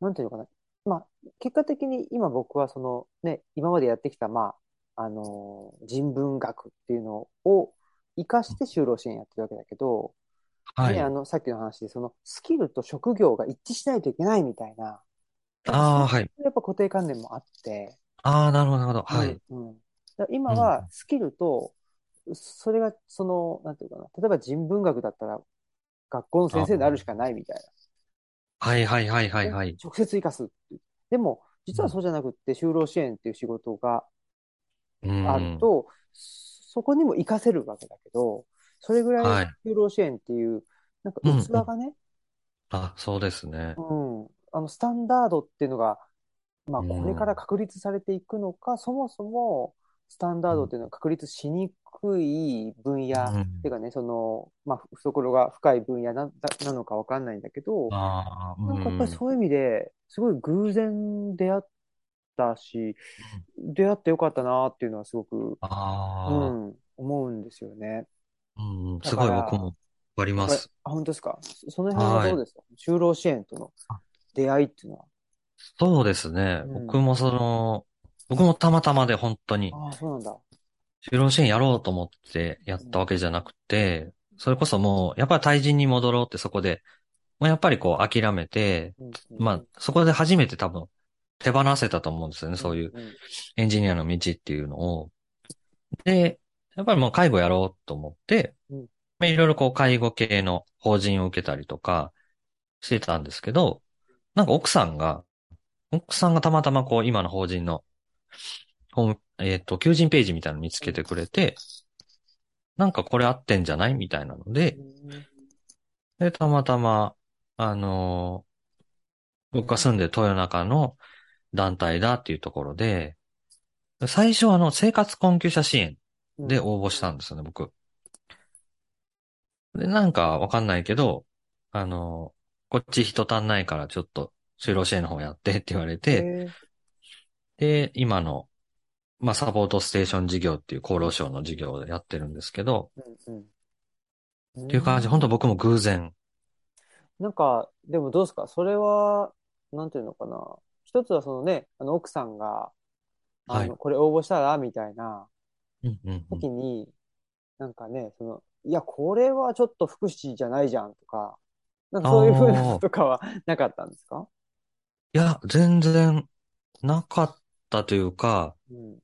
S1: なんていうのかな。まあ、結果的に今僕はそのね、今までやってきた、まあ、あのー人文学っていうのを活かして就労支援やってるわけだけど、
S2: は
S1: ね、あ
S2: い。
S1: の、さっきの話で、そのスキルと職業が一致しないといけないみたいな、
S2: ああ、はい。
S1: やっぱ固定観念もあって、
S2: ああ、なるほど、なるほど。はい。
S1: うんうん、だから今はスキルと、それがその、なんていうかな、例えば人文学だったら、学校の先生になるしかないみたいな。
S2: はい、はい、はい、はい、はい。
S1: 直接生かすっていう。でも、実はそうじゃなくって、就労支援っていう仕事が
S2: うん。
S1: あると、そこにも生かせるわけだけど、それぐ
S2: は
S1: らい
S2: い。
S1: 就労支援っていう、なんか
S2: うん
S1: 器がね、
S2: あ、そうですね。
S1: うん、あの、スタンダードっていうのが、まあ、
S2: うん
S1: これから確立されていくのか、そもそも、スタンダードっていうのは確立しにくい分野
S2: うん
S1: ていうかね、その、まあ、懐が深い分野な、だなのかわかんないんだけど、
S2: ああ、う
S1: なんかやっぱり
S2: ん。
S1: そういう意味で、すごい偶然出会ったし、出会ってよかったなっていうのはすごく、う
S2: あ
S1: ん、思うんですよね。
S2: あ、うん。
S1: だ
S2: す
S1: から
S2: ごい僕もわかりま
S1: これ
S2: す。
S1: あ、本当ですかそその辺はどうですか就労支援との出会いっていうのは。
S2: そうですね。
S1: うん
S2: 僕もその、僕もたまたまで本当に、
S1: ああ、そうなんだ。
S2: 就労支援やろうと思ってやったわけじゃなくて、それこそもう、やっぱり対人に戻ろうってそこで、もうやっぱりこう諦めて、
S1: うんうん
S2: まあ、そこで初めて多分手放せたと思うんですよね。そういう
S1: うん
S2: エンジニアの道っていうのを。で、やっぱりもう介護やろうと思って、
S1: うん
S2: まあいろいろこう介護系の法人を受けたりとかしてたんですけど、なんか奥さんが、奥さんがたまたまこう今の法人の、ホームえっ、と、求人ページみたいなの見つけてくれて、なんかこれ合ってんじゃないみたいなので、で、たまたま、あのー僕が住んでる豊中の団体だっていうところで、最初はあの、生活困窮者支援
S1: うん
S2: で応募したんですよね、僕。で、なんかわかんないけど、あのーこっち人足んないからちょっと就労支援の方やってって言われて、
S1: へえ
S2: で、今の、まあ、サポートステーション事業っていう厚労省の事業をやってるんですけど、
S1: うんうん
S2: っていう感じ、本当僕も偶然、
S1: なんか、でもどうですかそれは、なんていうのかな。一つはそのね、あの奥さんが、あ
S2: はい
S1: の、これ応募したらみたいな
S2: うんうんうん
S1: 時に、なんかね、その、いや、これはちょっと福祉じゃないじゃんとか、なんかそういうふうなのとかはなかったんですか
S2: いや、全然なかったというか、
S1: うん。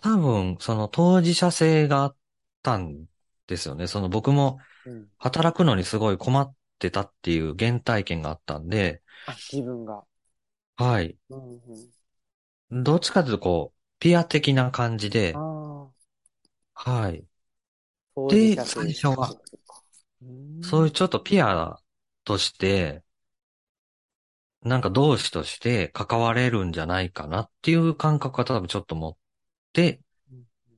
S2: 多分その当事者性があったんですよね。その僕も
S1: うん。
S2: 働くのにすごい困ってたっていう原体験があったんで、
S1: あ、自分が。
S2: はい。
S1: うんうん。
S2: どっちかというとこう、ピア的な感じで、
S1: ああ、
S2: はい。
S1: 当
S2: で
S1: 事者という
S2: 最初は
S1: ことか。うん
S2: そういうちょっとピアとして、なんか同志として関われるんじゃないかなっていう感覚は多分ちょっと持って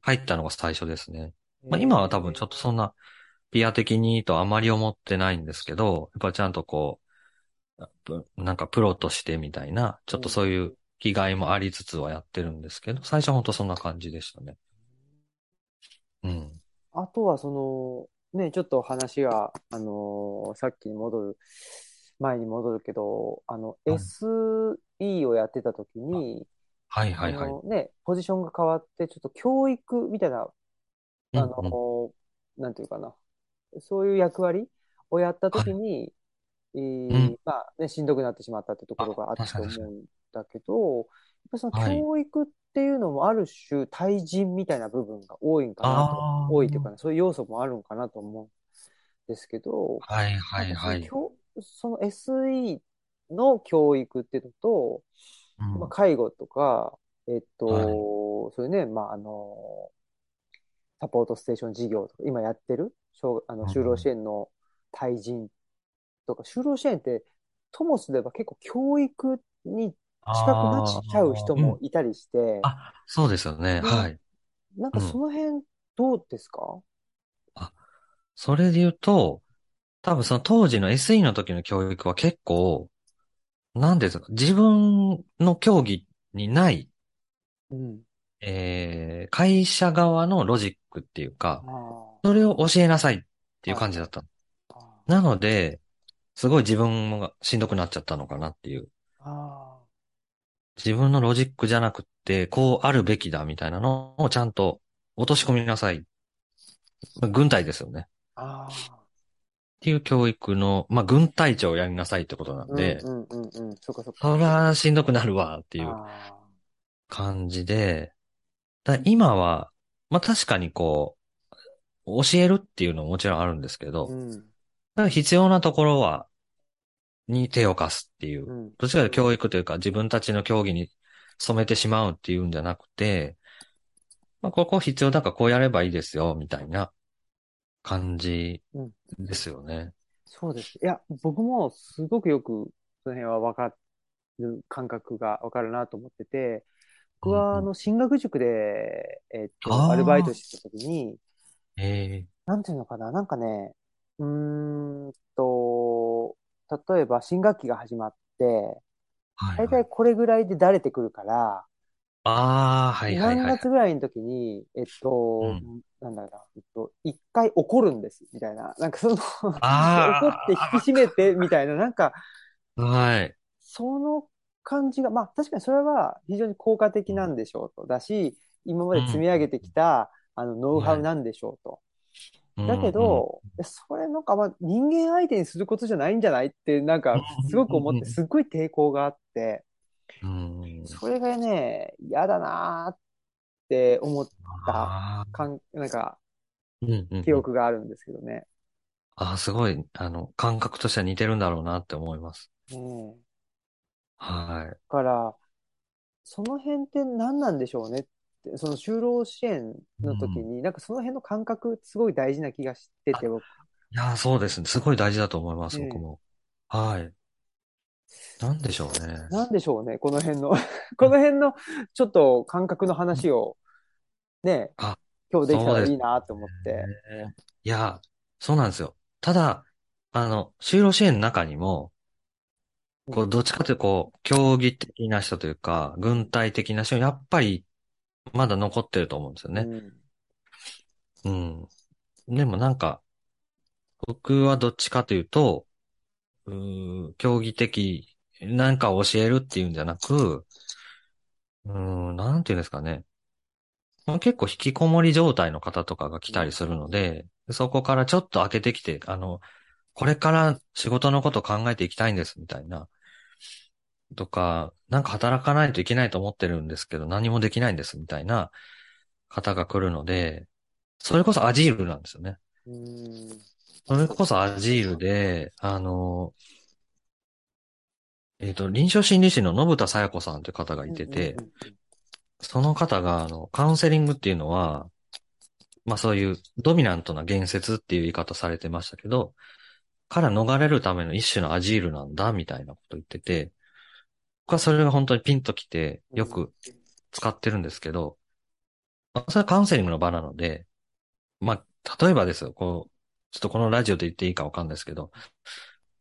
S2: 入ったのが最初ですね。まあ、今は多分ちょっとそんな、ピア的にとあまり思ってないんですけど、やっぱちゃんとこう、ぷなんかプロとしてみたいな、ちょっとそういう気概もありつつはやってるんですけど、最初は本当そんな感じでしたね。うん。
S1: あとはその、ね、ちょっと話が、あのーさっきに戻る、前に戻るけど、あの、
S2: はい
S1: SE をやってた時に、
S2: はいはい
S1: あ
S2: はい。
S1: のね、ポジションが変わって、ちょっと教育みたいな、あの
S2: うんう
S1: ー
S2: ん
S1: なんていうかな、そういう役割をやった時に、えー
S2: うん
S1: まあね、しんどくなってしまったってところがあったと
S2: あ確か
S1: 思
S2: に確か
S1: うんだけど、やっぱその
S2: はい
S1: 教育っていうのもある種、対人みたいな部分が多いんかなと
S2: ああ。
S1: 多いというかね、そういう要素もあるんかなと思うんですけど、
S2: はいはいは
S1: なん
S2: い
S1: か。その教その SE の教育っていうのと、
S2: うん
S1: まあ、介護とか、えっと、
S2: はい
S1: そういうね、まあ、あの、サポートステーション事業とか、今やってる、小あの
S2: うん
S1: 就労支援の対人とか、就労支援って、ともすれば結構教育に近くなっちゃう人
S2: あ
S1: も
S2: ーうん
S1: いたりして、
S2: あ、そうですよね。はい。
S1: なんかその辺どうですか、
S2: それで言うと、多分その当時の SE の時の教育は結構、なんですか、自分の競技にない、
S1: うん。
S2: えー、会社側のロジックっていうか、
S1: あ
S2: それを教えなさいっていう感じだったの。
S1: ーあー。
S2: なので、すごい自分がしんどくなっちゃったのかなっていう。
S1: ああ。
S2: 自分のロジックじゃなくって、こうあるべきだみたいなのをちゃんと落とし込みなさい。軍隊ですよね。
S1: あ
S2: っていう教育の、まあ、軍隊長をやりなさいってことなん
S1: あ。
S2: で、
S1: うんうんうんうん。そっかそっか。
S2: そりゃしんどくなるわって
S1: て
S2: いう感じで、だ今は、まあ確かにこう、教えるっていうのももちろんあるんですけど、
S1: うん
S2: ただ必要なところは、に手を貸すっていうう。
S1: ん。
S2: どっちかというと教育というか自分たちの競技に染めてしまうっていうんじゃなくて、まあここ必要だからこうやればいいですよ、みたいな感じ
S1: うん
S2: ですよね。
S1: そうです。いや、僕もすごくよくその辺は分かる感覚が分かるなと思ってて、僕
S2: うんう
S1: は
S2: ん
S1: あの進学塾で、えっ
S2: あ
S1: と、
S2: ー
S1: アルバイトしてた時に、
S2: え
S1: なんていうのかな、なんかね、うーんと、例えば新学期が始まって、
S2: ーは
S1: 大
S2: い、はい。
S1: 体これぐらいでだれてくるから、
S2: ああ、はいはい
S1: 何
S2: はい。
S1: 月ぐらいの時に、えっと、
S2: うん
S1: なんだろうな、えっと、一回怒るんです、みたいな。なんかその、怒って
S2: あ
S1: <laughs>
S2: ー
S1: 引き締めて、みたいな、なんか、
S2: はい。
S1: その感じが、まあ確かにそれは非常に効果的なんでしょうと。だし、今まで積み上げてきた、あの、ノウハウなんでしょうと。だけど、それなんかまあ人間相手にすることじゃないんじゃないってなんかすごく思って、すっごい抵抗があって、
S2: うん、うん。
S1: それがね、嫌だなーって思った
S2: あ
S1: かん、なんか
S2: ーうんうん
S1: 記憶があるんですけどね。
S2: あー、すごい、あの、感覚としては似てるんだろうなって思います。
S1: うん。
S2: は
S1: だから、その辺って何なんでしょうねって、その就労支援の時に、なんかその辺の感覚ってすごい大事な気がしてて、僕
S2: い。いやー、そうですね。すごい大事だと思います、僕も。はい。なんでしょうね。
S1: なんでしょうね、この
S2: <laughs>
S1: 辺の。この辺のちょっと感覚の話をね
S2: あ、
S1: 今日できたらいいなと思って。
S2: いや、そうなんですよ。ただ、あの、就労支援の中にも、こ
S1: うん
S2: う、どっちかというと、こう、競技的な人というか、軍隊的な人、やっぱり、まだ残ってると思うんですよね。
S1: うん
S2: うん。でもなんか、僕はどっちかというと、うーん、競技的、なんかを教えるっていうんじゃなく、うーん、なんていうんですかね。まあ結構引きこもり状態の方とかが来たりするので、そこからちょっと開けてきて、あの、これから仕事のこと考えていきたいんですみたいな。とか、なんか働かないといけないと思ってるんですけど、何もできないんですみたいな方が来るので、それこそアジールなんですよね。
S1: うん
S2: それこそアジールで、あの、えっと、臨床心理士の信田さや子さんという方がいてて、
S1: うん
S2: その方が、あの、カウンセリングっていうのは、まあそういうドミナントな言説っていう言い方されてましたけど、から逃れるための一種のアジールなんだ、みたいなこと言ってて、僕はそれが本当にピンときて、よく使ってるんですけど、まあそれはカウンセリングの場なので、まあ、例えばですよ、こう、ちょっとこのラジオで言っていいかわかんないですけど、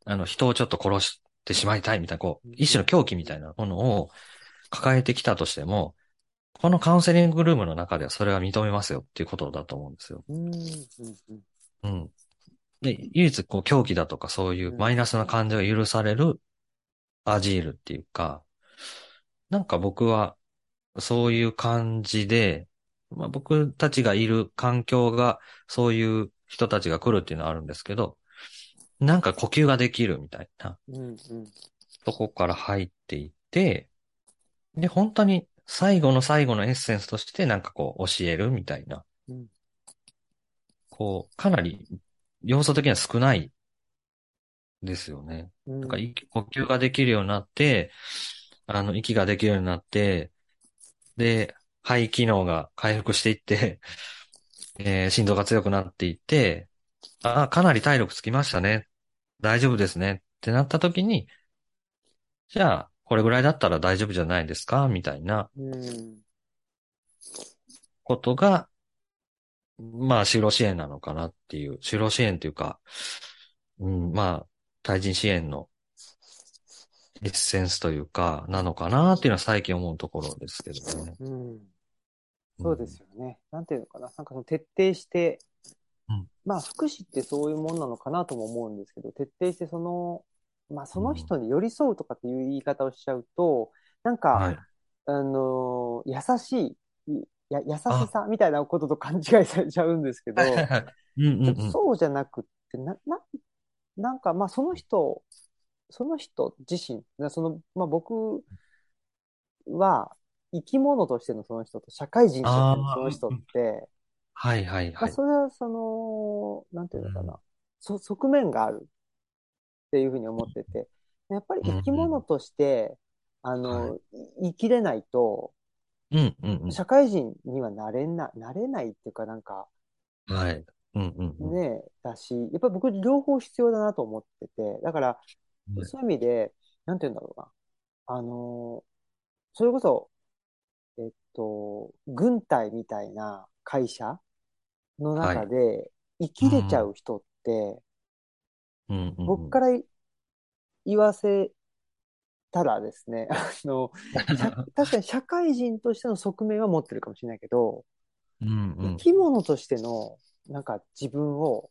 S2: あの、人をちょっと殺してしまいたいみたいな、こう、一種の狂気みたいなものを抱えてきたとしても、このカウンセリングルームの中ではそれは認めますよっていうことだと思うんですよ。
S1: うんうんうん
S2: うん。で、唯一こう狂気だとかそういうマイナスな感情が許されるアジールっていうか、なんか僕はそういう感じで、まあ僕たちがいる環境がそういう人たちが来るっていうのはあるんですけど、なんか呼吸ができるみたいな。
S1: うんうんうん
S2: そこから入っていって、で、本当に最後の最後のエッセンスとしてなんかこう教えるみたいな。
S1: うん
S2: こう、かなり要素的には少ないですよね。
S1: うん
S2: なんか息呼吸ができるようになって、あの、息ができるようになって、で、肺機能が回復していって、 <laughs> えー、振動が強くなっていって、ああ、かなり体力つきましたね。大丈夫ですね。ってなった時に、じゃあ、これぐらいだったら大丈夫じゃないですかみたいな
S1: うん
S2: ことが、まあ、就労支援なのかなっていう、就労支援というか、うん、まあ、対人支援のエッセンスというか、なのかなっていうのは最近思うところですけどね。
S1: うんそうですよね。なんていうのかな。なんかその徹底して
S2: うん、
S1: まあ福祉ってそういうもんなのかなとも思うんですけど、徹底してその、まあその人に寄り添うとかっていう言い方をしちゃうと、なん
S2: うん。はい
S1: か、。あのー、優しい、いや、優しさみたいなことと勘違いされちゃうんですけど、
S2: うんうんうん。
S1: そうじゃなくって、な、な、なんかまあその人、その人自身、なその、まあ僕は生き物としてのその人と社会人としてのその人って、
S2: はいはい
S1: ま
S2: は
S1: あ
S2: い。
S1: それはその、なんていうのかな、そ、側面があるっていうふうに思ってて、やっぱり生き物として、あの、い生きれないと、
S2: うんうん
S1: 社会人にはなれな、なれないっていうかなんか、
S2: うん。はい。うんうんうん。
S1: ねえ、だし、やっぱり僕両方必要だなと思ってて、だから、
S2: うん
S1: そういう意味で、なんて言うんだろうな。あのーそれこそ、えっと、軍隊みたいな会社の中で生きれちゃう人って、
S2: うんうん。
S1: 僕からい言わせたらですね、 <laughs> あの、
S2: <laughs>
S1: 社確かに社会人としての側面は持ってるかもしれないけど、
S2: うんう
S1: 生
S2: ん
S1: き物としての、なんか自分を、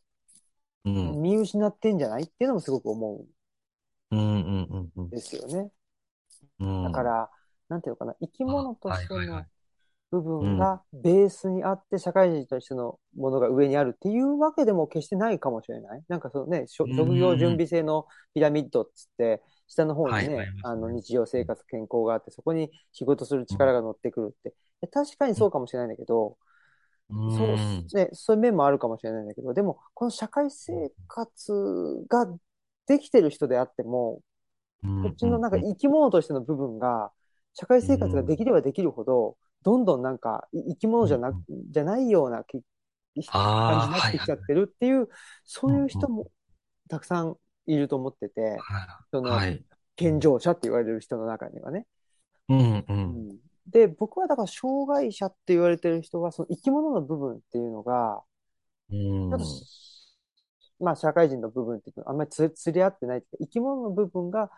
S2: うん。
S1: 見失ってんじゃないっていうのもすごく思
S2: うんうんうんう
S1: う
S2: ん
S1: ん。ですよね。
S2: うん。
S1: だから、なんていうのかな、生き物として
S2: はいはいは
S1: の
S2: い
S1: 部分がベースにあって、社会人としてのものが上にあるっていうわけでも決してないかもしれない。なんかそのね、しょ
S2: うん
S1: 職業準備制のピラミッドっつって、下の方に
S2: はい
S1: ね、
S2: はいはい
S1: あの日常生活、健康があって、そこに仕事する力が乗ってくるって。で確かにそうかもしれないんだけど、
S2: うん
S1: そうう、
S2: ん。
S1: ね、そういう面もあるかもしれないんだけど、でも、この社会生活ができてる人であっても、こっちのなんか
S2: うん
S1: 生き物としての部分が、社会生活ができればできるほど、どんどんなんかい生き物じゃな
S2: うん、
S1: じゃないようなき感じに
S2: ああ、
S1: なっ
S2: はい
S1: てきち
S2: は
S1: ゃ
S2: い
S1: ってるっていう、そういう人もたくさんいると思ってて、その
S2: はい。はい。
S1: 健常者って言われる人の中にはね。
S2: うんう。
S1: うんんで、僕はだから障害者って言われてる人は、その生き物の部分っていうのが、
S2: うん。
S1: ちょっとまあ社会人の部分っていうのはあんまりつ釣り合ってないっていうか生き物の部分が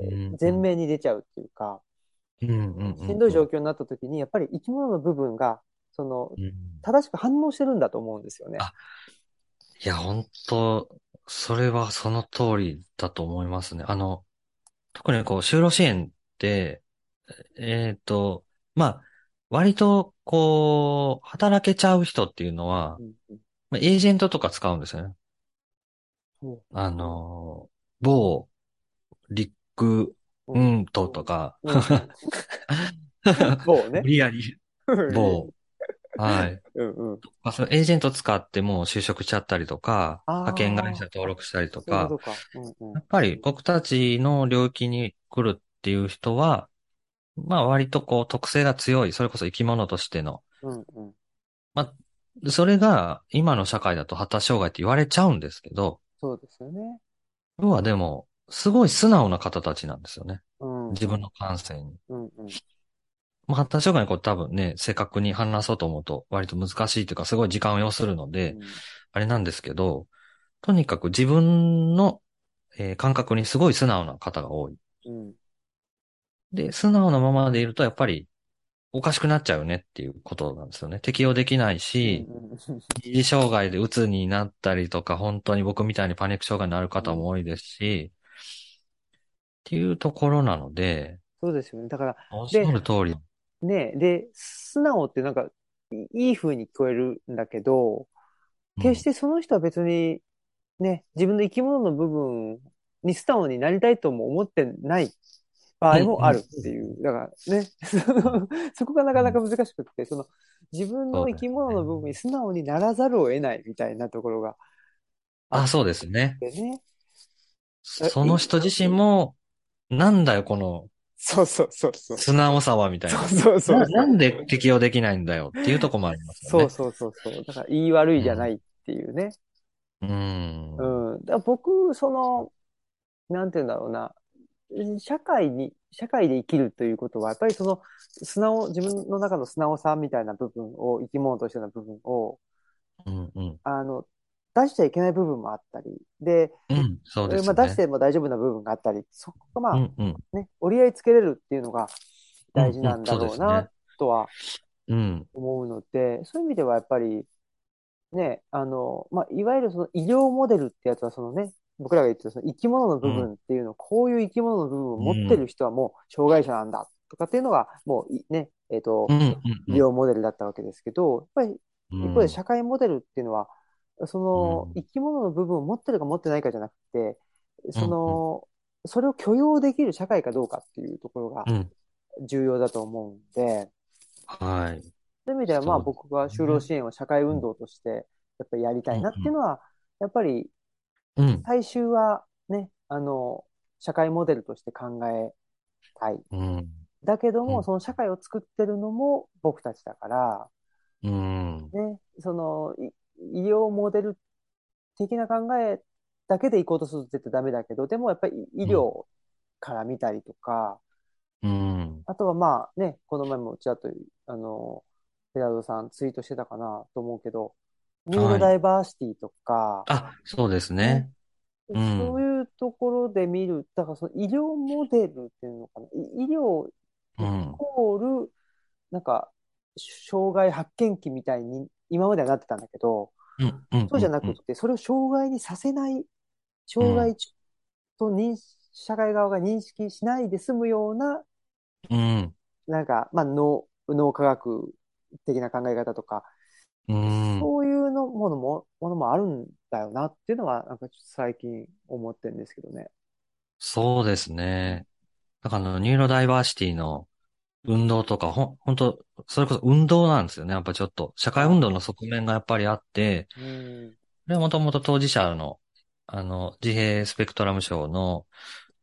S1: えー
S2: うん
S1: 前面に出ちゃうっていうか、
S2: うんうんうん。
S1: しんどい状況になった時に、やっぱり生き物の部分が、その、
S2: うん。い
S1: 正しく反応してるんだと思うんですよね。
S2: あや、本当それはその通りだと思いますね。あの、特にこう、就労支援って、えっと、まあ、割と、こう、働けちゃう人っていうのは
S1: う、んうん
S2: まあエージェントとか使うんですよね。
S1: そ
S2: あのー、某、リック、
S1: う
S2: う。んととか、
S1: うん某ね
S2: <laughs> 無。理やり、某、はい。
S1: <laughs> うんうん。
S2: まあ、そのエージェント使ってもう就職しちゃったりとか、
S1: あー
S2: 派遣会社登録したりと
S1: そういう
S2: か
S1: こ、とか。うんうん
S2: やっぱり僕たちの領域に来るっていう人は、まあ割とこう特性が強い、それこそ生き物としての。
S1: うんうん。
S2: それが今の社会だと発達障害って言われちゃうんですけど、
S1: そうですよね。
S2: 要はでも、すごい素直な方たちなんですよね。
S1: うん。
S2: 自分の感性に。
S1: うんうん。
S2: まあ発達障害のこと多分ね、正確に話そうと思うと割と難しいというか、すごい時間を要するので、あれなんですけど、とにかく自分の、えー感覚にすごい素直な方が多い。
S1: うんうん
S2: で、素直なままでいると、やっぱり、おかしくなっちゃうねっていうことなんですよね。適応できないし、
S1: うん
S2: 二次障害で鬱になったりとか、本当に僕みたいにパニック障害になる方も多いですし、っていうところなので、
S1: そうですよね。だから、
S2: おっしゃる通り。、
S1: ね、で、素直ってなんか、いいい風に聞こえるんだけど、決しててその人は別に、ね、自分の生き物の部分に素直になりたいとも思ってない場合もあるっていう。だからね、 <laughs> そのそこがなかなか難しくって、その自分の生き物の部分に素直にならざるを得ないみたいなところが
S2: あ、そうですね。
S1: でね。
S2: その人自身も、なんだよ、この
S1: そうそうそうそう。
S2: 素直さは、みたい
S1: そう
S2: な。
S1: そうそう
S2: な。なんで適応できないんだよっていうとこもありますよ
S1: そう
S2: ね。
S1: そうそうそう。だから言い悪いじゃないっていうね。
S2: う。ん。
S1: うん。だから僕、その、なんて言うんだろうな。社会に、社会で生きるということは、やっぱりその、素直、自分の中の素直さみたいな部分を、生き物としての部分を、
S2: うん。うん。
S1: あの、出しちゃいけない部分もあったり、で、
S2: うん。そうです
S1: ま
S2: ね。
S1: あ、出しても大丈夫な部分があったり、そこがまあ、
S2: うんうん。
S1: ね、折り合いつけれるっていうのが大事なんだろう
S2: うんうんそうです
S1: な
S2: ね、
S1: とは
S2: うん。
S1: 思うので、そういう意味ではやっぱり、ね、あの、まあ、いわゆるその医療モデルってやつは、そのね、僕らが言ってたその生き物の部分っていうの、こういう生き物の部分を持ってる人はもう障害者なんだとかっていうのが、もういね、えっ、と
S2: う、ん。
S1: 医療モデルだったわけですけど、やっぱり
S2: うん。
S1: 一方で社会モデルっていうのは、その
S2: うん
S1: 生き物の部分を持ってるか持ってないかじゃなくて、その、それを許容できる社会かどうかっていうところが
S2: うん。
S1: 重要だと思うんで、
S2: は
S1: そう
S2: い。
S1: いう意味では、まあ
S2: そうですね
S1: 僕が就労支援を社会運動として、やっぱりやりたいなっていうのは、やっぱり
S2: うん。
S1: 最終はね、あの、社会モデルとして考えたい。
S2: うん。
S1: だけど
S2: う
S1: も、
S2: ん
S1: その社会を作ってるのも僕たちだから、
S2: うん。
S1: ね、その、い医療モデル的な考えだけで行こうとすると絶対ダメだけど、でもやっぱり医療から見たりとか、
S2: うん。
S1: あとはまあね、この前もちらっと、あの、ペラードさんツイートしてたかなと思うけど、ニューロダイバーシティとか、
S2: あ、そうですね。うん
S1: そういうところで見る、だからその医療モデルっていうのかな、い医療
S2: うん
S1: イ。コール、なんか、障害発見器みたいに今まではなってたんだけど、
S2: うん。うん。
S1: そうじゃなくて、それを障害にさせない、障害と認識社会側が認識しないで済むような
S2: うん。
S1: なんか、まあ、脳、脳科学的な考え方とか、
S2: うん。
S1: そういうのものも、ものもあるんだよなっていうのは、なんかちょっと最近思ってるんですけどね。
S2: そうですね。だからあの、ニューロダイバーシティの運動とか、ほん、本当それこそ運動なんですよね。やっぱちょっと、社会運動の側面がやっぱりあって、
S1: うん。
S2: これはもともと当事者の、あの、自閉スペクトラム症の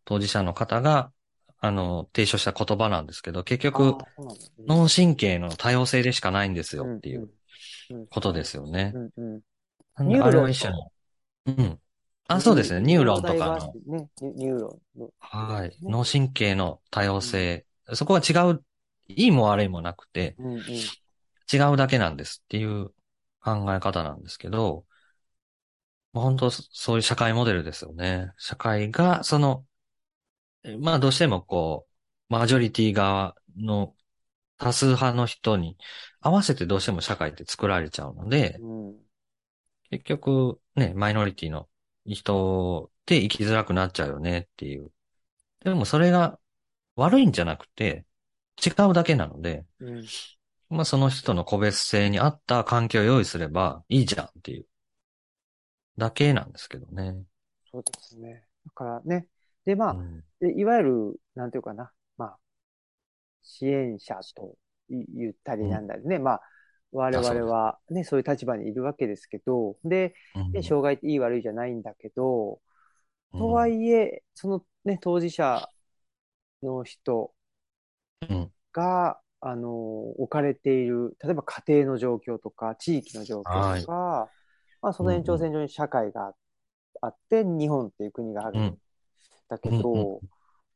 S2: 当事者の方が、あの、提唱した言葉なんですけど、結
S1: あ
S2: 局
S1: ー、そうなんだうん
S2: 脳神経の多様性でしかないんですよ
S1: うん
S2: っていう
S1: うんうん
S2: ことですよね
S1: う。んうん
S2: なんで
S1: ニューロ
S2: あれは一種の。うん。あ、そうですね。ニューロンとか
S1: ダイバーシ
S2: の
S1: テ。ィね、ニュニューロンの。
S2: はい。
S1: ね
S2: 脳神経の多様性。そこは違う、いいも悪いもなくて、
S1: うんうん。
S2: 違うだけなんですっていう考え方なんですけど、まあ、本当そそういう社会モデルですよね。社会が、その、えまあどうしてもこう、マジョリティ側の多数派の人に合わせてどうしても社会って作られちゃうので、
S1: うん。
S2: 結局ね、マイノリティの人って生きづらくなっちゃうよねっていう。でもそれが悪いんじゃなくて、違うだけなので、
S1: うん。
S2: まあその人の個別性に合った環境を用意すればいいじゃんっていう。だけなんですけどね。
S1: そうですね。だからね。で、ま
S2: う
S1: あ、
S2: ん、
S1: で、いわゆる、なんていうかな、まあ、支援者とい言ったりなんだりね、まあ、我々はね、そういう立場にいるわけですけど、で、
S2: うん
S1: で障害っていい悪いじゃないんだけど、
S2: うん
S1: とはいえ、そのね、当事者の人
S2: うん
S1: が、あの、置かれている、例えば家庭の状況とか、地域の状況とか、まあ、その延長線上に社会があって、日本っていう国がある。
S2: うん
S1: だけど、
S2: うん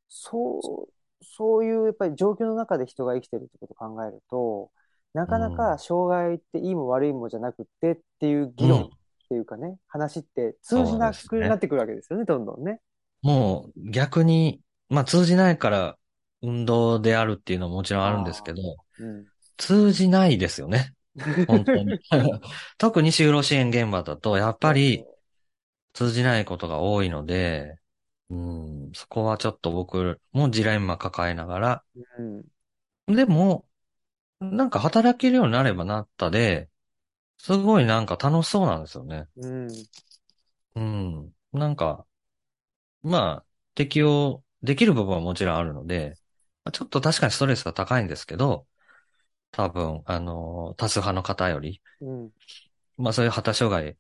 S1: そう、そういうやっぱり状況の中で人が生きてるってことを考えると、なかな
S2: う
S1: か障害っていいも悪いもじゃなくてっていう議論っていうかね、話って通じな
S2: そう
S1: く
S2: ですね
S1: なってくるわけですよね、どんどんね。
S2: もう逆に、まあ通じないから運動であるっていうのももちろんあるんですけど、
S1: うん。
S2: 通じないですよね。本当
S1: <laughs>
S2: に。 <laughs> 特に就労支援現場だと、やっぱり通じないことが多いので、うん、そこはちょっと僕もジレンマ抱えながら、
S1: うん、
S2: でも、なんか働けるようになればなったで、すごいなんか楽しそうなんですよね。
S1: うん、
S2: うん。なんか、まあ、適用できる部分はもちろんあるので、まあちょっと確かにストレスが高いんですけど、多分、あの、多数派の方より、
S1: うん、
S2: まあそういう発達障害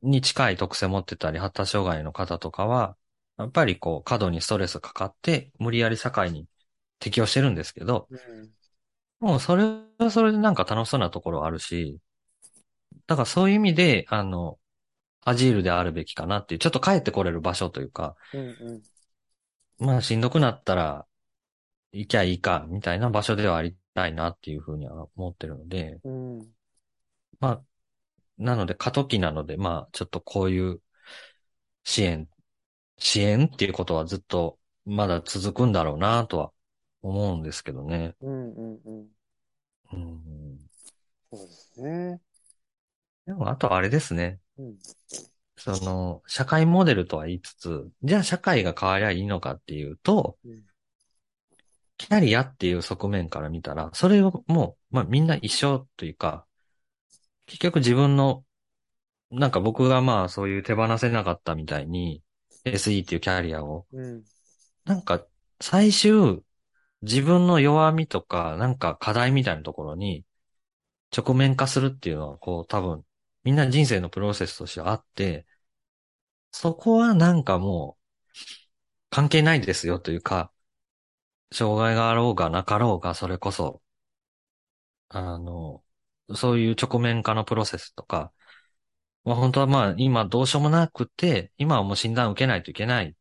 S2: に近い特性を持ってたり、発達障害の方とかは、やっぱりこう、過度にストレスかかって、無理やり社会に適応してるんですけど、
S1: うん。
S2: もうそれはそれでなんか楽しそうなところはあるし、だからそういう意味で、あの、アジールであるべきかなっていう、ちょっと帰ってこれる場所というか、
S1: うん、
S2: まあしんどくなったら、行きゃいいか、みたいな場所ではありたいなっていうふうには思ってるので、
S1: うん、うん。
S2: まあ、なので過渡期なので、まあちょっとこういう支援、支援っていうことはずっとまだ続くんだろうなとは思うんですけどね。
S1: うん、うん、うん。
S2: うん。
S1: そうですね。
S2: でもあとあれですね。
S1: うん、
S2: その、社会モデルとは言いつつ、じゃあ社会が変わりゃいいのかっていうと、
S1: うん
S2: キャリアっていう側面から見たら、それをもう、まあみんな一緒というか、結局自分の、なんか僕がまあそういう手放せなかったみたいに、SE っていうキャリアを、
S1: うん、
S2: なんか最終、自分の弱みとか、なんか課題みたいなところに直面化するっていうのは、こう多分、みんな人生のプロセスとしてあって、そこはなんかもう、関係ないですよというか、障害があろうがなかろうが、それこそ、あの、そういう直面化のプロセスとか、まあ本当はまあ今どうしようもなくて、今はもう診断を受けないといけない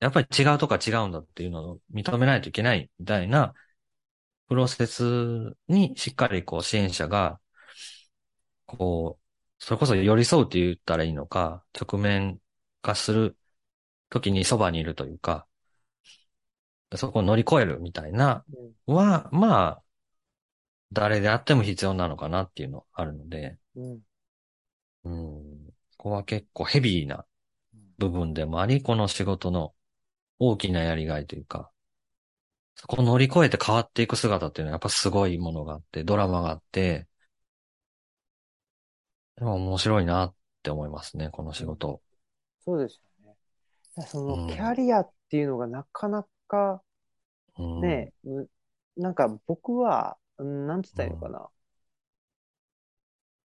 S2: やっぱり違うとか違うんだっていうのを認めないといけないみたいなプロセスにしっかりこう支援者が、こう、それこそ寄り添うって言ったらいいのか、直面化する時にそばにいるというか、そこを乗り越えるみたいなは、まあ、誰であっても必要なのかなっていうのあるので、
S1: うん、
S2: うん、ここは結構ヘビーな部分でもあり、この仕事の大きなやりがいというか、そこを乗り越えて変わっていく姿っていうのはやっぱすごいものがあって、ドラマがあって、でも面白いなって思いますね、この仕事。
S1: そうですよね。だからそのキャリアっていうのがなかなか
S2: うん、
S1: ね、むなんか僕は、うんなんて言ったらいいのかな。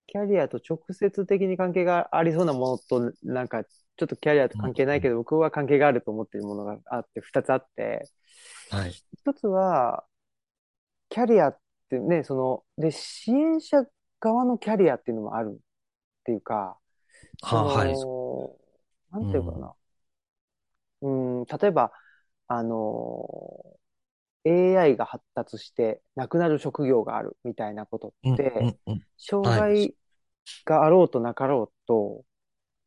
S1: キャリアと直接的に関係がありそうなものと、なんか、ちょっとキャリアと関係ないけど、僕は関係があると思っているものがあって、二つあって、
S2: はい。
S1: 一つは、キャリアってね、その、で、支援者側のキャリアっていうのもあるっていうか、
S2: はあ、はい。
S1: そのなんていうかな。うん、例えば、あのー、AI が発達して、なくなる職業があるみたいなこと
S2: うん
S1: って、
S2: うん
S1: 障
S2: は
S1: 害
S2: い
S1: があろうとなかろうと、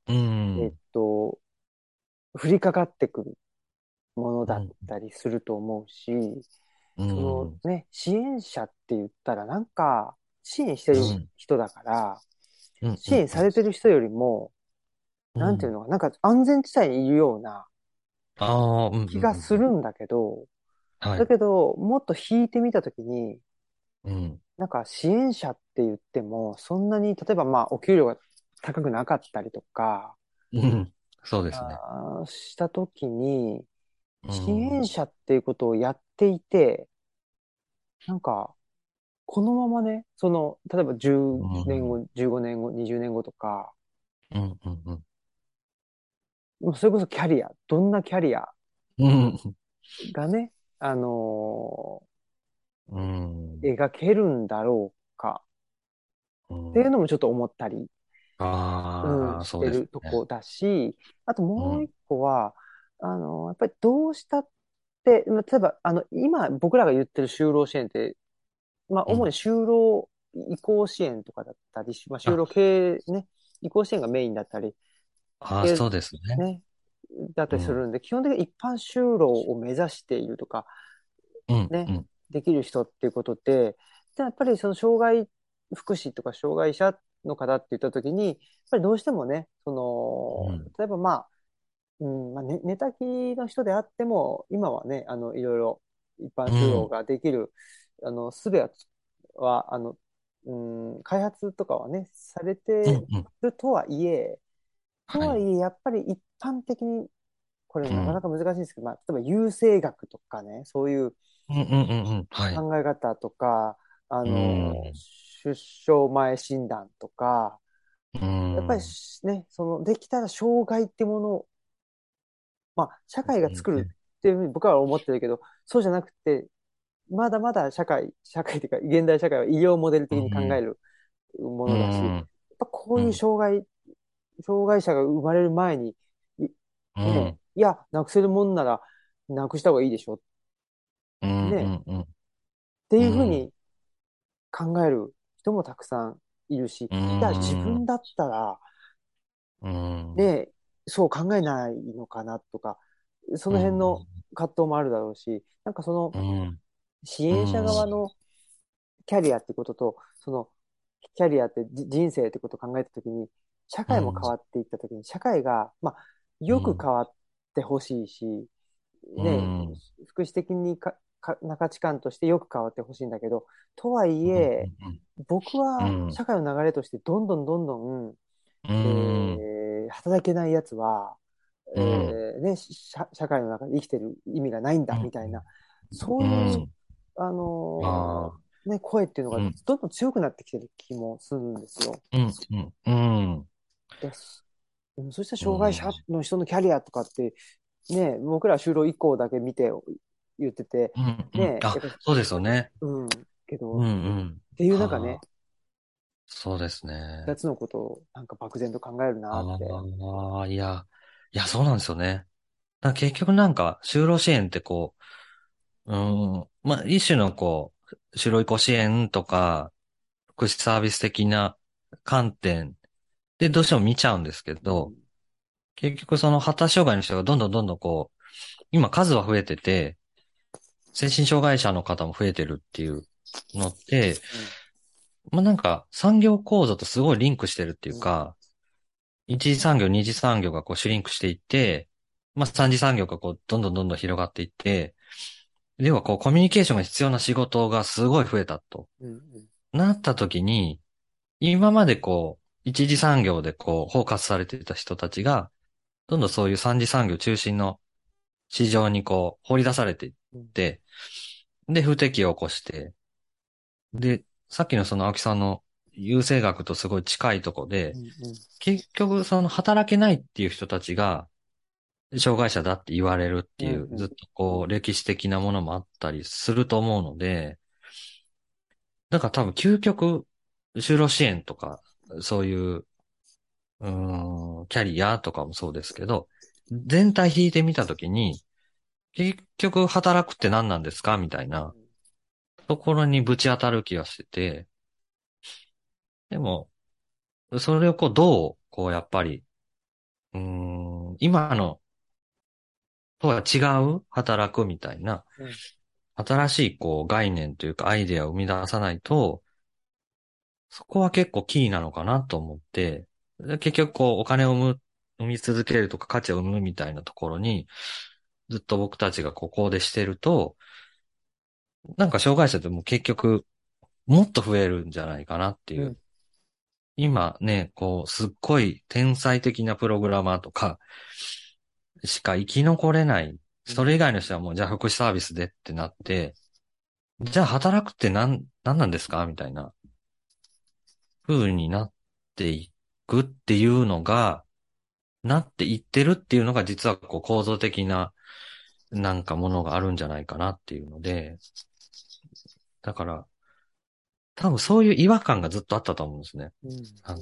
S2: うんう
S1: えっ
S2: ん
S1: と、降りかかってくるものだったりすると思うし、
S2: うん
S1: そのね、支援者って言ったらなんか、支援してる
S2: うん
S1: 人だから、
S2: うん
S1: 支援されてる人よりも、なんていうのか、なんか安全地帯にいるような
S2: ああ、うんうんうん
S1: 気がする。んだけど、
S2: はい
S1: だ。けど、もっと引いてみたときに、
S2: うん。
S1: なんか支援者って言っても、そんなに、例えばまあ、お給料が高くなかったりとか、
S2: うんそうですね。
S1: あーしたときに、
S2: うん
S1: 支援者っていうことをやっていて、なんか、このままね、その、例えば10年後、15年後、20年後とか、
S2: うんうんうん
S1: もうそれこそキャリア、どんなキャリア
S2: うん
S1: がね、あの
S2: うん
S1: ー描けるんだろうか
S2: うん
S1: っていうのもちょっと思ったり、
S2: あ
S1: う
S2: あ、
S1: ん、し
S2: そう
S1: て
S2: です
S1: る
S2: ね。
S1: とこだし、あとも
S2: うん
S1: う一個は、あの、やっぱりどうしたって、まあ例えば、あの、今僕らが言ってる就労支援って、まあ、
S2: うん
S1: 主に就労移行支援とかだったりし、まあ、就労系ね、移行支援がメインだったり、
S2: ああ、そうですね。
S1: ね、だったりするんで、基本的に一般就労を目指しているとか、
S2: うん
S1: ね
S2: うん
S1: できる人っていうことで、でやっぱりその障害福祉とか障害者の方って言ったときに、やっぱりどうしてもね、その、
S2: うん
S1: 例えばまあ、うんまあ、ね寝たきりの人であっても、今はね、あの、いろいろ一般就労ができる、あの、すべはつ、は、あの、うん、開発とかはね、され
S2: うん
S1: て
S2: うん
S1: るとはいえ、と
S2: は
S1: はいいえ、やっぱり一般的に、これ
S2: うん
S1: なかなか難しいんですけど、まあ、例えば優生学とかね、そういう、
S2: うんうんうんうんはい
S1: 考え方とか、あの
S2: う、ん
S1: 出生前診断とか、
S2: うん
S1: やっぱりしね、その、できたら障害ってものを、まあ、社会が作るっていうふうに僕は思ってるけど、そうじゃなくて、まだまだ社会、社会というか、現代社会は医療モデル的に考えるものだし、
S2: う
S1: やっ
S2: ん
S1: ぱこういう障害、障害者が生まれる前に、
S2: う
S1: ね
S2: ん、
S1: いや、なくせるもんなら、なくした方がいいでしょっ
S2: うん
S1: ね
S2: うんうん
S1: ていうふうに考える人もたくさんいるし、
S2: うん
S1: じゃあ自分だったら、
S2: うん
S1: ね、そう考えないのかなとか、その辺の葛藤もあるだろうし、なんかその
S2: うん
S1: 支援者側のキャリアってことと、そのキャリアってじ人生ってことを考えたときに、社会も変わっていったときに、社会が、まあ、よく変わってほしいし、
S2: う
S1: ね
S2: ん、
S1: 福祉的にか、か、中地感としてよく変わってほしいんだけど、とはいえ、僕
S2: う
S1: は
S2: ん
S1: 社会の流れとしてどんどんどんどん、
S2: うんうん
S1: えー働けないやつは、えーね、し社社会の中で生きてる意味がないんだ
S2: うん
S1: みたいな、そう
S2: う
S1: いう、
S2: ん
S1: あのー
S2: あー
S1: ね、声っていうのが
S2: うん
S1: どんどん強くなってきてる気もするんですよ。
S2: うんうんうん
S1: でうんそうした障害者の人のキャリアとかって、ね、僕ら就労以降だけ見て言ってて、
S2: うんうん
S1: ね
S2: あ、そうですよね。
S1: うん、けど、
S2: うんう
S1: っ
S2: ん。
S1: ていう中ね
S2: あ、そうですね。
S1: 二つのことをなんか漠然と考えるなって。
S2: ああ、いや、いや、そうなんですよね。だから結局なんか、就労支援ってこう、うん、まあ、一種のこう、就労移行支援とか、福祉サービス的な観点でどうしても見ちゃうんですけど、結局その発達障害の人がどんどんどんどんこう、今数は増えてて、精神障害者の方も増えてるっていうのって、まあ、なんか産業構造とすごいリンクしてるっていうか、一次産業、二次産業がこうシュリンクしていって、まあ、三次産業がこうどんどんどんどん広がっていって、要はこう、コミュニケーションが必要な仕事がすごい増えたと。
S1: うんうん
S2: なった時に、今までこう、一次産業でこう、包括されていた人たちが、どんどんそういう三次産業中心の市場にこう、放り出されていって、で、不適を起こして、で、さっきのその青木さんの優勢学とすごい近いとこで
S1: う、んうん
S2: 結局その働けないっていう人たちが、障害者だって言われるっていう
S1: う、んうん
S2: ずっとこう、歴史的なものもあったりすると思うので、だから多分究極、就労支援とか、そういう、うーん、キャリアとかもそうですけど、全体引いてみたときに、結局働くって何なんですかみたいなところにぶち当たる気がしてて、でも、それをこう、どう、こう、やっぱり、うーん、今の、とは違う働くみたいな
S1: うん、
S2: 新しい、こう、概念というか、アイデアを生み出さないと、そこは結構キーなのかなと思って、で結局、こう、お金を生む、生み続けるとか、価値を生むみたいなところに、ずっと僕たちがここでしてると、なんか障害者ってもう結局、もっと増えるんじゃないかなってい
S1: う
S2: う
S1: ん
S2: 今ね、こう、すっごい天才的なプログラマーとか、しか生き残れない。それ以外の人はもう、じゃあ福祉サービスでってなって、じゃあ働くってなん、なんなんですかみたいな、風になっていくっていうのが、なっていってるっていうのが実はこう構造的な、なんかものがあるんじゃないかなっていうので、だから、多分そういう違和感がずっとあったと思うんですね。
S1: うん
S2: あの、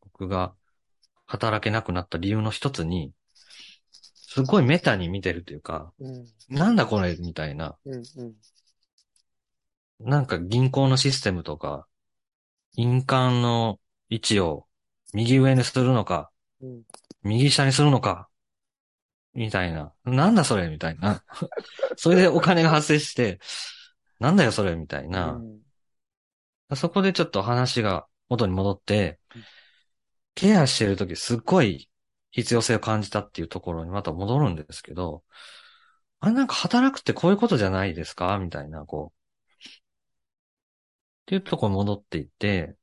S2: 僕が働けなくなった理由の一つに、すごいメタに見てるというか、
S1: うん
S2: なんだこれみたいな、
S1: うんうん
S2: なんか銀行のシステムとか、印鑑の位置を右上にするのか、
S1: うん
S2: 右下にするのか、みたいな。なんだそれみたいな。 <laughs> それでお金が発生して、なんだよそれみたいな。
S1: うん
S2: そこでちょっと話が元に戻って
S1: うん、
S2: ケアしてるときすっごい必要性を感じたっていうところにまた戻るんですけど、あれなんか働くってこういうことじゃないですかみたいな、こう。っていうところに戻っていって、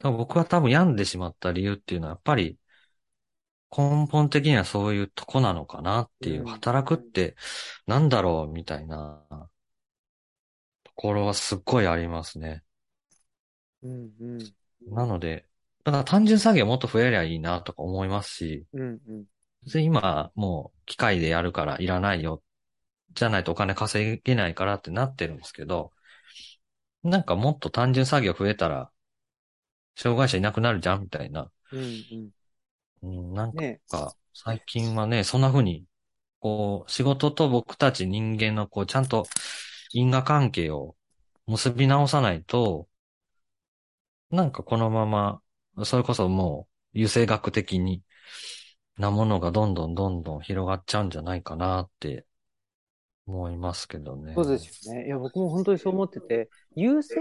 S2: 多分僕は多分病んでしまった理由っていうのはやっぱり根本的にはそういうとこなのかなっていう、
S1: うん
S2: 働くってなんだろうみたいなところはすっごいありますね。
S1: うんうん
S2: なので、だから単純作業もっと増えりゃいいなとか思いますし、
S1: うんうん
S2: 別に今もう機械でやるからいらないよ、じゃないとお金稼げないからってなってるんですけど、なんかもっと単純作業増えたら、障害者いなくなるじゃんみたいな。
S1: うんうん
S2: うん、なん
S1: ね
S2: か最近はね、そんな風に、こう、仕事と僕たち人間のこう、ちゃんと因果関係を結び直さないと、なんかこのまま、それこそもう、優生学的に、なものがどんどんどんどん広がっちゃうんじゃないかなって、思いますけどね。
S1: そうですよね。いや、僕も本当にそう思ってて、優勢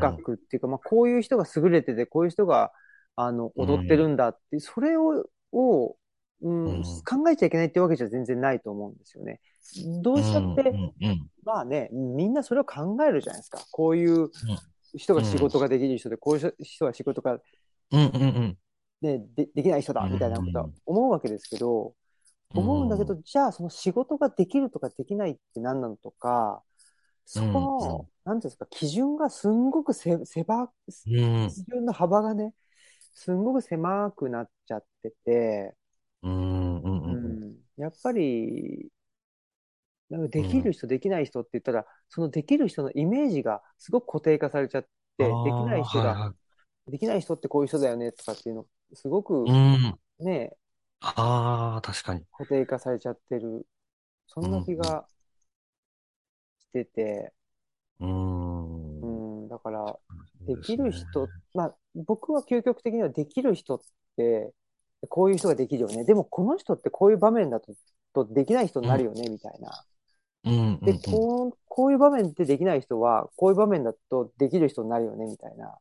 S1: 学っていうか、まあ、こういう人が優れてて、こういう人が、あの、踊ってるんだって、それを、を、うん
S2: うん
S1: 考えちゃいけないってわけじゃ全然ないと思うんですよね。どうしたって、
S2: うんうんうん
S1: まあね、みんなそれを考えるじゃないですか。こういう人が仕事ができる人で、こういう人が仕事が、
S2: うんうんうん。
S1: ね、でできない人だ、みたいなことは思うわけですけど、思うんだけど、じゃあその仕事ができるとかできないって何なのとか、そこ
S2: うんう
S1: の、なんていうんですか、基準がすんごくせ狭、
S2: うん、
S1: 基準の幅がね、すんごく狭くなっちゃってて、
S2: うん、う
S1: う
S2: ん、うん、
S1: ん、やっぱり、なんかできる人、できない人って言ったら、そのできる人のイメージがすごく固定化されちゃって、できない人
S2: あー
S1: が、
S2: は
S1: できない人ってこういう人だよねとかっていうの、すごく
S2: いはいうん。
S1: ね、
S2: ああ、確かに。
S1: 固定化されちゃってる、そんな気がしてて、
S2: うーん。
S1: う、
S2: うん
S1: だから、
S2: で
S1: ですき
S2: ね
S1: る人、まあ、僕は究極的にはできる人って、こういう人ができるよね。でも、この人ってこういう場面だと、とできない人になるよね、みたいな。
S2: うんうんうん
S1: で、こう、こういう場面でできない人は、こういう場面だとできる人になるよね、みたいな。や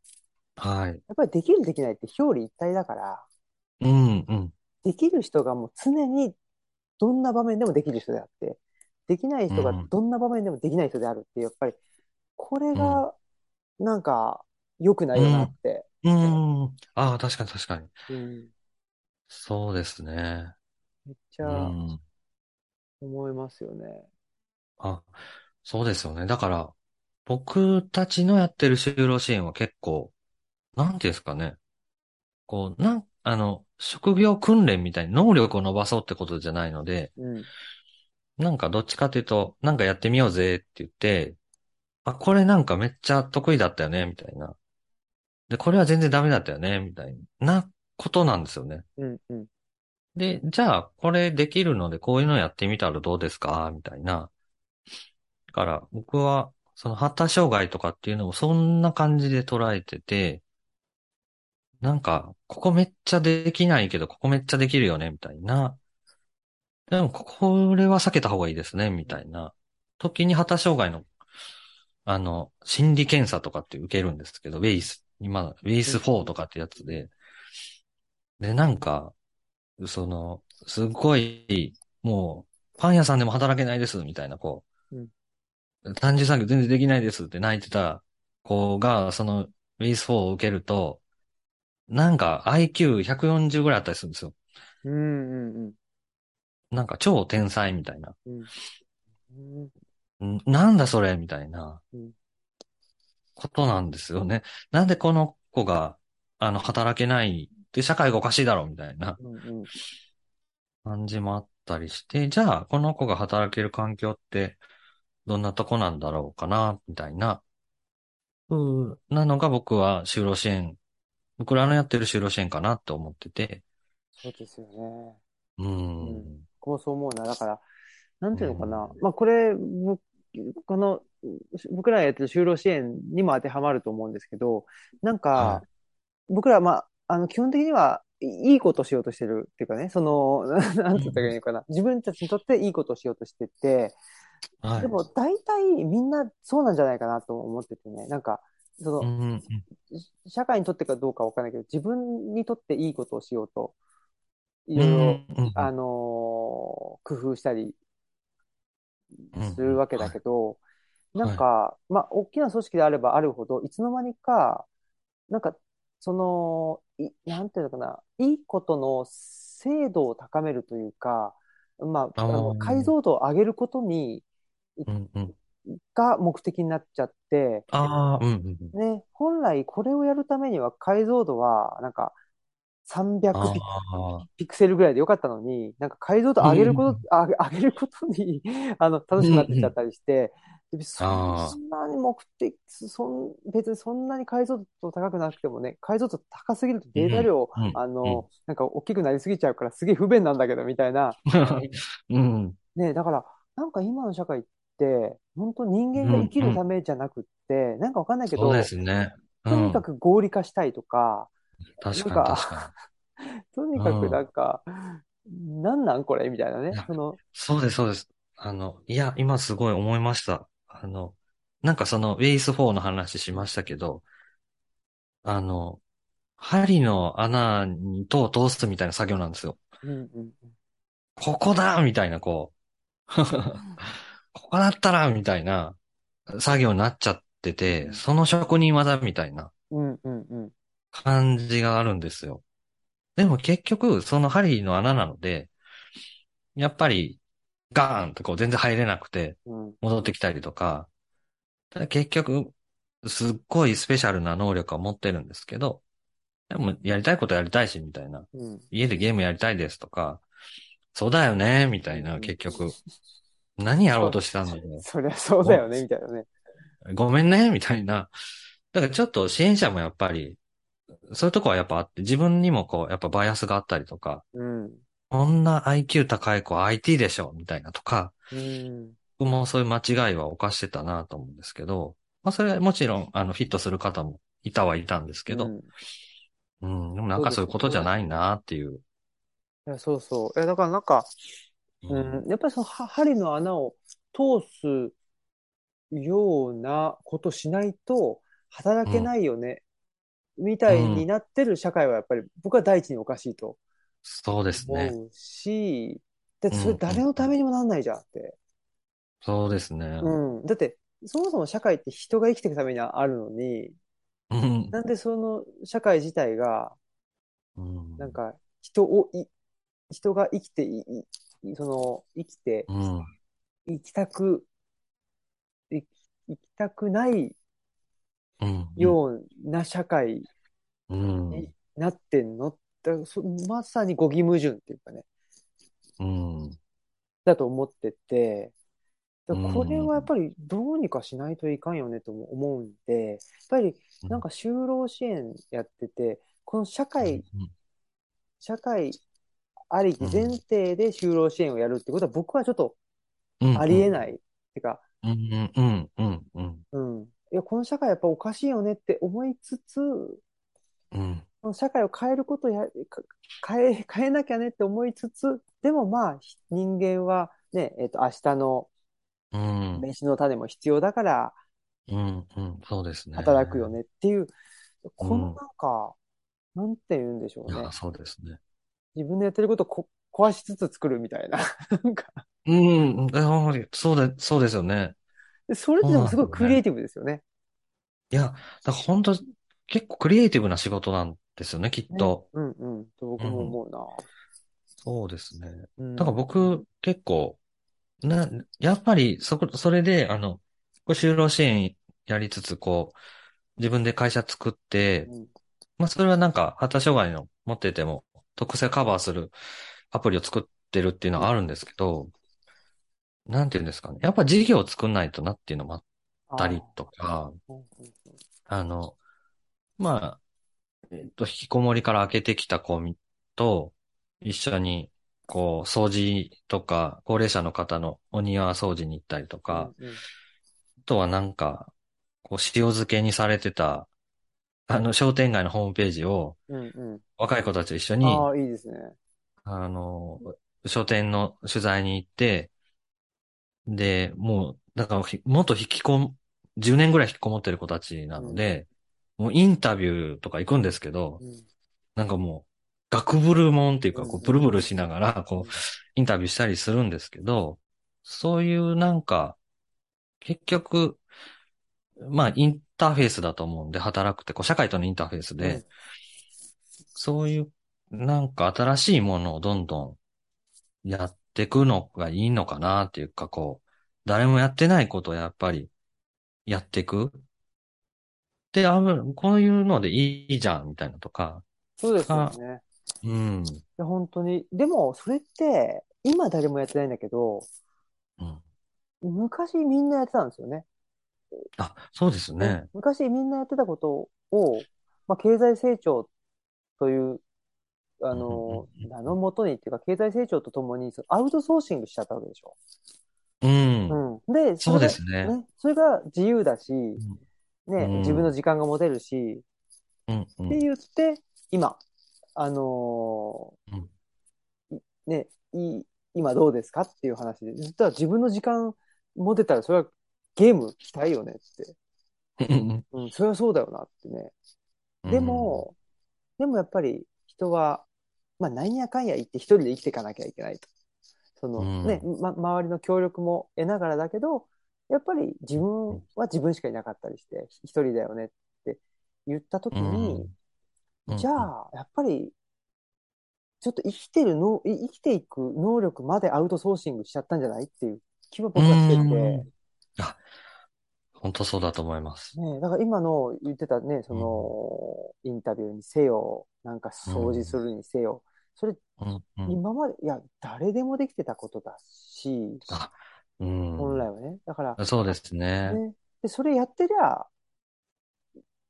S2: はい。
S1: っぱりできる、できないって表裏一体だから、
S2: うんうん。
S1: できる人がもう常に、どんな場面でもできる人であって、できない人が
S2: うん
S1: どんな場面でもできない人であるって、やっぱり、これが、なんか、良くないよなって。
S2: うーん。ああ、確かに確かに。
S1: うん
S2: そうですね。
S1: めっちゃ
S2: うん。
S1: 思いますよね。
S2: あ、そうですよね。だから、僕たちのやってる就労支援は結構、なんていうんですかね。こう、なん、あの、職業訓練みたいに能力を伸ばそうってことじゃないので、
S1: うん。
S2: なんかどっちかというと、なんかやってみようぜって言って、あ、これなんかめっちゃ得意だったよね、みたいな。で、これは全然ダメだったよね、みたいなことなんですよね。
S1: うん。うん。
S2: で、じゃあ、これできるので、こういうのやってみたらどうですかみたいな。だから、僕は、その発達障害とかっていうのもそんな感じで捉えてて、なんか、ここめっちゃできないけど、ここめっちゃできるよね、みたいな。でも、ここれは避けた方がいいですね、みたいな。時に発達障害の、あの、心理検査とかって受けるんですけど、ウェイス、今、ウェイス4とかってやつで。で、なんか、その、すっごい、もう、パン屋さんでも働けないです、みたいな、こう、単純作業全然できないですって泣いてた子が、その、ウィース4を受けると、なんか IQ140 ぐらいあったりするんですよ。
S1: うん。うん。
S2: なんか超天才みたいな。
S1: うん。うん。
S2: んなんだそれみたいな
S1: うん、
S2: ことなんですよね。なんでこの子が、あの、働けないって社会がおかしいだろうみたいな。
S1: うん。うん。
S2: 感じもあったりして、じゃあ、この子が働ける環境って、どんなとこなんだろうかな、みたいな、うーなのが僕は就労支援、僕らのやってる就労支援かなって思ってて、
S1: そうですよね。
S2: うーん。
S1: う僕もそう思うな。だから、なんていうのかな。
S2: う
S1: まあ、これ、僕この、僕らがやってる就労支援にも当てはまると思うんですけど、なん
S2: は
S1: か、僕ら、まあ、あの、基本的には、いいことをしようとしてるっていうかね、その、 <laughs> なんて言ったらいいのかな。自分たちにとっていいことをしようとしてて、
S2: はい。
S1: でも大体みんなそうなんじゃないかなと思っててね。なんか、その
S2: う、ん、うん
S1: 社会にとってかどうかわからないけど、自分にとっていいことをしようと、いろ
S2: う
S1: いろ、
S2: ん、うん
S1: あのー工夫したり
S2: うん
S1: するわけだけど、なんか、まあ、大きな組織であればあるほど、いつの間にか、なんか、その、い、なんていうのかな、いいことの精度を高めるというか、まあ、あの、
S2: あー
S1: 解像度を上げることに、
S2: うん、うん。
S1: が目的になっちゃって、
S2: ああ、うん、うんうん。
S1: ね、本来これをやるためには解像度は、なんか、300
S2: あ
S1: ピ
S2: あ、
S1: ピクセルぐらいでよかったのに、なんか解像度上げること、上げ上げることに <laughs> あの楽しくなってきちゃったりして、でそ
S2: あー
S1: そんなに目的そん、別にそんなに解像度高くなくてもね、解像度高すぎるとデータ量、
S2: うんうん
S1: あの、
S2: うん
S1: なんか大きくなりすぎちゃうからすげえ不便なんだけどみたいな。
S2: <laughs> うん、
S1: ね、だから、なんか今の社会って、本当人間が生きるためじゃなくって、なんかわかんないけ
S2: そう
S1: ど、
S2: ですね。う
S1: とに
S2: ん
S1: か、く合理化したいとか、
S2: 確
S1: な
S2: か
S1: んか
S2: に確かに。
S1: とにかくなんか、なんなんこれみたいなね
S2: いや。
S1: その、
S2: そうです、そうです。あの、いや、今すごい思いました。あの、なんかその、ウェイス4の話しましたけど、あの、針の穴に糸を通すみたいな作業なんですよ。
S1: うんうん
S2: ここだみたいな、こう。ここだったらみたいな作業になっちゃってて、その職人技みたいな
S1: うんうんうん。
S2: 感じがあるんですよ。でも結局、その針の穴なので、やっぱり、ガーンってこう全然入れなくて、
S1: うん
S2: 戻ってきたりとか、ただ結局、すっごいスペシャルな能力を持ってるんですけど、でもやりたいことやりたいし、みたいな。
S1: うん
S2: 家でゲームやりたいですとか、そうだよね、みたいうな、
S1: ん
S2: 結局。何やろうとしたんだろ
S1: <laughs> そりゃそうだよね、みたいなね。
S2: う。ごめんね、みたいな。だからちょっと支援者もやっぱり、そういうとこはやっぱあって、自分にもこう、やっぱバイアスがあったりとか、
S1: うん。
S2: こんな IQ 高い子 IT でしょ、みたいなとか、
S1: うん。
S2: 僕もそういう間違いは犯してたなと思うんですけど、まあそれはもちろん、あの、フィットする方もいたはいたんですけ
S1: う
S2: ど、
S1: ん
S2: うん、でもなんかそういうことじゃないなっていう。
S1: いや、そうそう。いや、だからなんか、
S2: う
S1: うんん、やっぱりそのは針の穴を通すようなことしないと働けないよね、みたいになってる社会はやっぱり僕は第一におかしいと
S2: そうですね。
S1: 思うし、だってそれ
S2: うん
S1: 誰のためにもなんないじゃんって。
S2: そうですね。
S1: うん。だって、そもそも社会って人が生きていくためにあるのに、
S2: うん。
S1: なんでその社会自体が、
S2: うん
S1: なん、か、人をい、人が生きてい、いいその、生きて、
S2: うん。
S1: 生きたく、い生きたくない
S2: うん。
S1: ような社会に
S2: うん。
S1: なってんのだからそまさに語義矛盾っていうかね、
S2: うん。
S1: だと思ってて、だからこれ
S2: うん
S1: はやっぱりどうにかしないといかんよねとも思うんで、やっぱりなんか就労支援やってて、この社会、社会ありき前提で就労支援をやるってことは僕はちょっと
S2: うん。
S1: ありえ
S2: い。
S1: ない。てか、
S2: うん。うん。うん。うん。
S1: うん。いや、この社会やっぱおかしいよねって思いつつ、
S2: うん。
S1: この社会を変えることや、か変え、変えなきゃねって思いつつ、でもまあ、ひ人間はね、えっと、明日の
S2: うん。
S1: 飯の種も必要だから
S2: うん。うん。そうですね。
S1: 働くよ。ねっていう、こ
S2: う
S1: の
S2: ん
S1: なんか、なんて言うんでしょ
S2: いう
S1: ね
S2: や、。そうですね。
S1: 自分でやってることをこ壊しつつ作るみたいな。なんか、
S2: うん。うんそうだ、そうですよね。
S1: それってでもすごい
S2: そうなんだよね
S1: クリエイティブですよね。
S2: いや、だから本当結構クリエイティブな仕事なんですよね、きっと。
S1: うんうん。と僕も思うな。
S2: そうですね。
S1: うん
S2: だから僕、結構、な、やっぱり、そこ、それで、あの、こう就労支援やりつつ、こう、自分で会社作って、
S1: うん
S2: まあ、それはなんか、発達障害の持ってても、特性カバーするアプリを作ってるっていうのはあるんですけど、なんていうんですかね。やっぱ事業を作んないとなっていうのもあったりとか、
S1: うんうんうん
S2: あの、まあ、えっと、引きこもりから開けてきた子みと一緒に、こう、掃除とか、高齢者の方のお庭掃除に行ったりとか、
S1: うんうん
S2: あとはなんか、こう、塩漬けにされてた、あの、商店街のホームページを
S1: うんうん
S2: 若い子たちと一緒に、
S1: ああ、いいですね。
S2: あの、書店の取材に行って、で、もう、だからひ、元引きこも、10年ぐらい引きこもってる子たちなので、もうインタビューとか行くんですけど、
S1: うん
S2: なんかもう、ガクブルモンっていうか、
S1: うん
S2: こう、ブルブルしながら、こう、インタビューしたりするんですけど、そういうなんか、結局、まあ、インターフェースだと思うんで、働くって、こう、社会とのインターフェースで、
S1: うん
S2: そういう、なんか新しいものをどんどんやっていくのがいいのかなっていうか、こう、誰もやってないことをやっぱりやっていく。で、あ、こういうのでいいじゃん、みたいなとか。
S1: そうですよね。
S2: うん。
S1: いや本当に。でも、それって、今誰もやってないんだけど、
S2: うん、
S1: 昔みんなやってたんですよね。
S2: あ、そうですね。
S1: 昔みんなやってたことを、まあ、経済成長という、あの
S2: うんうんう、ん
S1: 名のもとにっていうか、経済成長とともに、そのアウトソーシングしちゃったわけでしょ。
S2: うん。
S1: うん。で、
S2: そう
S1: れが
S2: ですね。
S1: ね。それが自由だし、ね、
S2: うん
S1: 自分の時間が持てるし、
S2: うん、う
S1: って
S2: ん。
S1: 言って、今、あのー
S2: うん
S1: いね、いい今どうですかっていう話で、実は自分の時間持てたら、それはゲームしたいよねって。
S2: うん
S1: うん、それはそうだよなってね。で、も、でもやっぱり人は、まあ、何やかんや言って一人で生きていかなきゃいけないと。その、
S2: うん
S1: ね、ま、周りの協力も得ながらだけど、やっぱり自分は自分しかいなかったりして、一人だよねって言った時に、
S2: うん
S1: じゃ、あ、やっぱり、ちょっと生きてるの、い生きていく能力までアウトソーシングしちゃったんじゃないっていう気は僕はしてて、ね
S2: 本当そうだと思います。
S1: えだから今の言ってたね、その、インタビューにせよ、なんか掃除するにせよ、それ
S2: うん、うん。
S1: 今まで、いや、誰でもできてたことだし、
S2: あ、うん。
S1: 本来はね。だから、
S2: そうですね。
S1: ね、でそれやってりゃ、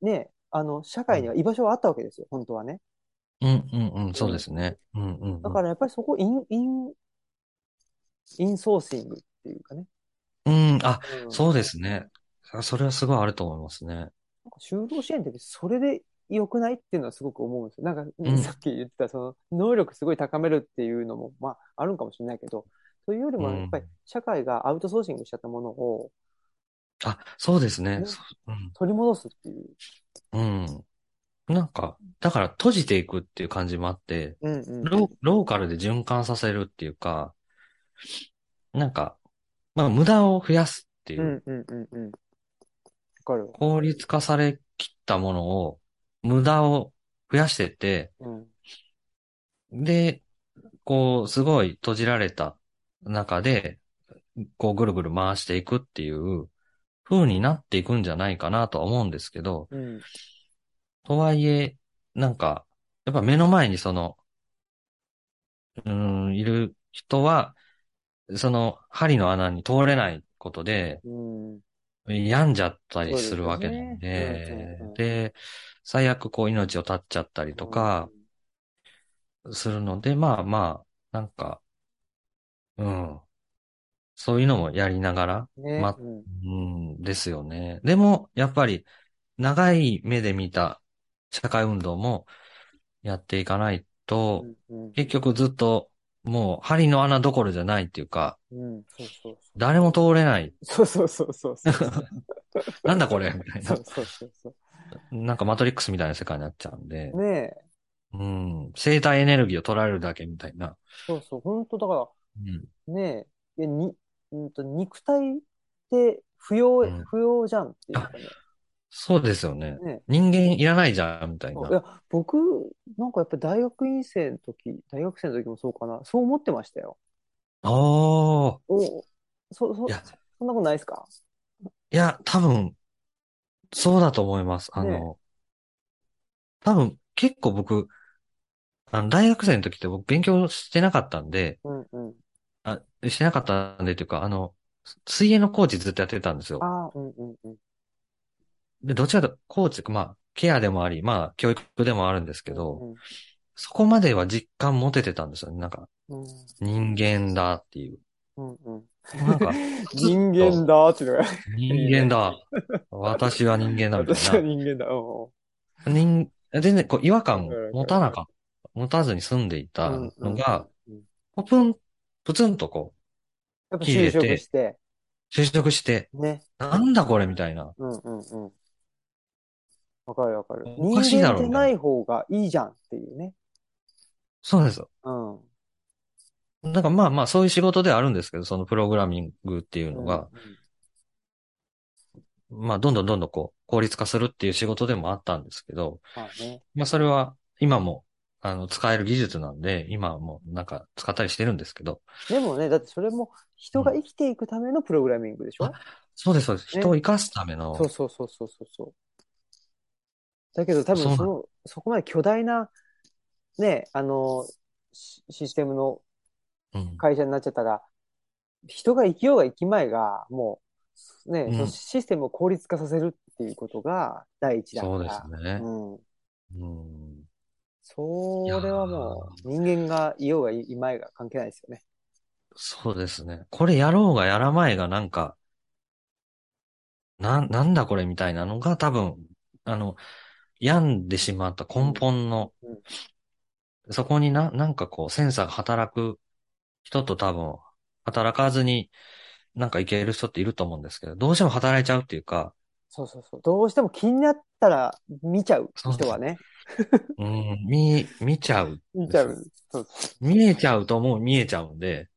S1: ね、あの、社会には居場所はあったわけですよ、本当はね。
S2: うん、うん、うん、そうですね。うん、うん。、
S1: だかららやっぱりそこイン、イン、インソーシングっていうかね。
S2: うん、あ、
S1: うん
S2: そうですね。あそれはすごいあると思いますね。
S1: なんか就労支援ってそれで良くないっていうのはすごく思うんですよ。なんか、
S2: うん
S1: さっき言ってた、その、能力すごい高めるっていうのも、まあ、あるんかもしれないけど、というよりも、
S2: うん
S1: やっぱり、社会がアウトソーシングしちゃったものを
S2: あ、そうですね
S1: ね。
S2: そ
S1: 取り戻すっていう。
S2: うん、うん。なんか、だから閉じていくっていう感じもあって、
S1: うんうん。
S2: ローローカルで循環させるっていうか、なんか、まあ、無駄を増やすっていう
S1: ん
S2: う、
S1: うんうんうん。わかる。
S2: 効率化されきったものを、無駄を増やしてって、
S1: うん。
S2: で、こう、すごい閉じられた中で、こう、ぐるぐる回していくっていう風になっていくんじゃないかなとは思うんですけど、
S1: うん。
S2: とはいえ、なんか、やっぱ目の前にその、うーん、いる人は、その針の穴に通れないことで、
S1: うん。
S2: 病んじゃったりするわけなん
S1: そうですよねうん
S2: で
S1: うんうん、
S2: で、最悪こう命を絶っちゃったりとかするので、まあまあ、なんか、うん。そういうのもやりながら、
S1: ね、
S2: ま
S1: うん
S2: うん、ですよね。でも、やっぱり、長い目で見た社会運動もやっていかないと、
S1: うんうん
S2: 結局ずっと、もう、針の穴どころじゃないっていうか、
S1: うん、そうそうそう。
S2: 誰も通れない。
S1: そうそうそうそう
S2: <laughs>
S1: そう。そう
S2: なんだこれみたい
S1: そ
S2: な
S1: う。そうそうそ
S2: なんかマトリックスみたいな世界になっちゃうんで
S1: う。、ねえ。
S2: うん、生体エネルギーを取られるだけみたいな。
S1: そうそう。本当だか
S2: うん、
S1: ら、ねえ。いや、に、うんと、肉体って不要、
S2: うん
S1: 不要じゃんっていうかね。
S2: そうですよね。
S1: ねえ
S2: 人間いらないじゃん、みたい
S1: そう。
S2: ない
S1: や、僕、なんかやっぱ大学院生の時、大学生の時もそうかな。そう思ってましたよ。
S2: ああ、
S1: お、そ、そ
S2: い、や、
S1: そんなことないですか
S2: いや、多分、そうだと思います。あ
S1: ね
S2: の、多分、結構僕、あの、大学生の時って僕勉強してなかったんで、
S1: うんうん。
S2: あ、してなかったんでというか、あの、水泳のコーチずっとやってたんですよ。
S1: ああ、うんうんうん。
S2: で、どちらかというとコーチ、まあ、ケアでもあり、まあ、教育でもあるんですけ
S1: う
S2: ど、
S1: ん
S2: そこまでは実感持ててたんですよね。なんか、
S1: うん
S2: 人間だっていう。
S1: うんうん。
S2: な
S1: <laughs>
S2: んか、
S1: 人間だーっていうのが、
S2: 人間だ。私は人間だ、みたいな。
S1: 私は <laughs> 人間だ。うんうん
S2: 人、全然こう違和感を持たなかった、持たずに済んでいたのが、、
S1: うんうんうん
S2: ポプン、プツンとこ
S1: やっぱ就職して、
S2: う、就職して、
S1: ね。
S2: なんだこれみたいな。
S1: うんうんうん。わかるわかる。
S2: おかしいだろ
S1: 人間でない方がいいじゃんっていうね。
S2: そうです。
S1: うん。
S2: なんかまあまあそういう仕事ではあるんですけど、そのプログラミングっていうのが、まあどんどんどんどんこう、効率化するっていう仕事でもあったんですけど、
S1: まあね。
S2: まあそれは今も、あの、使える技術なんで、今はもうなんか使ったりしてるんですけど、
S1: でもね、だってそれも人が生きていくためのプログラミングでしょ、
S2: そうです、そうです。人を生かすための、
S1: そうそうそうそうそうそう。だけど多分その、
S2: そうな
S1: そこまで巨大な、ね、あの、シシステムの
S2: うん、
S1: 会社になっちゃったら、人が生きようが生きまいが、もう、ね、
S2: うん
S1: そのシステムを効率化させるっていうことが第一だから。
S2: そうですね。
S1: うん。
S2: うん
S1: それはもう、人間がいようがいまいが関係ないですよね。
S2: そうですね。これやろうがやらまいがなんか、な、なんだこれみたいなのが多分、あの、病んでしまった根本の
S1: うんうん、
S2: そこにな、なんかこう、センサーが働く人と多分、働かずに、なんかいける人っていると思うんですけど、どうしても働いちゃうっていうか、
S1: そうそうそう。どうしても気になったら見ちゃう人はね。
S2: うん、見、見ちゃう。
S1: 見ちゃう。そう
S2: 見えちゃうともう見えちゃうんで、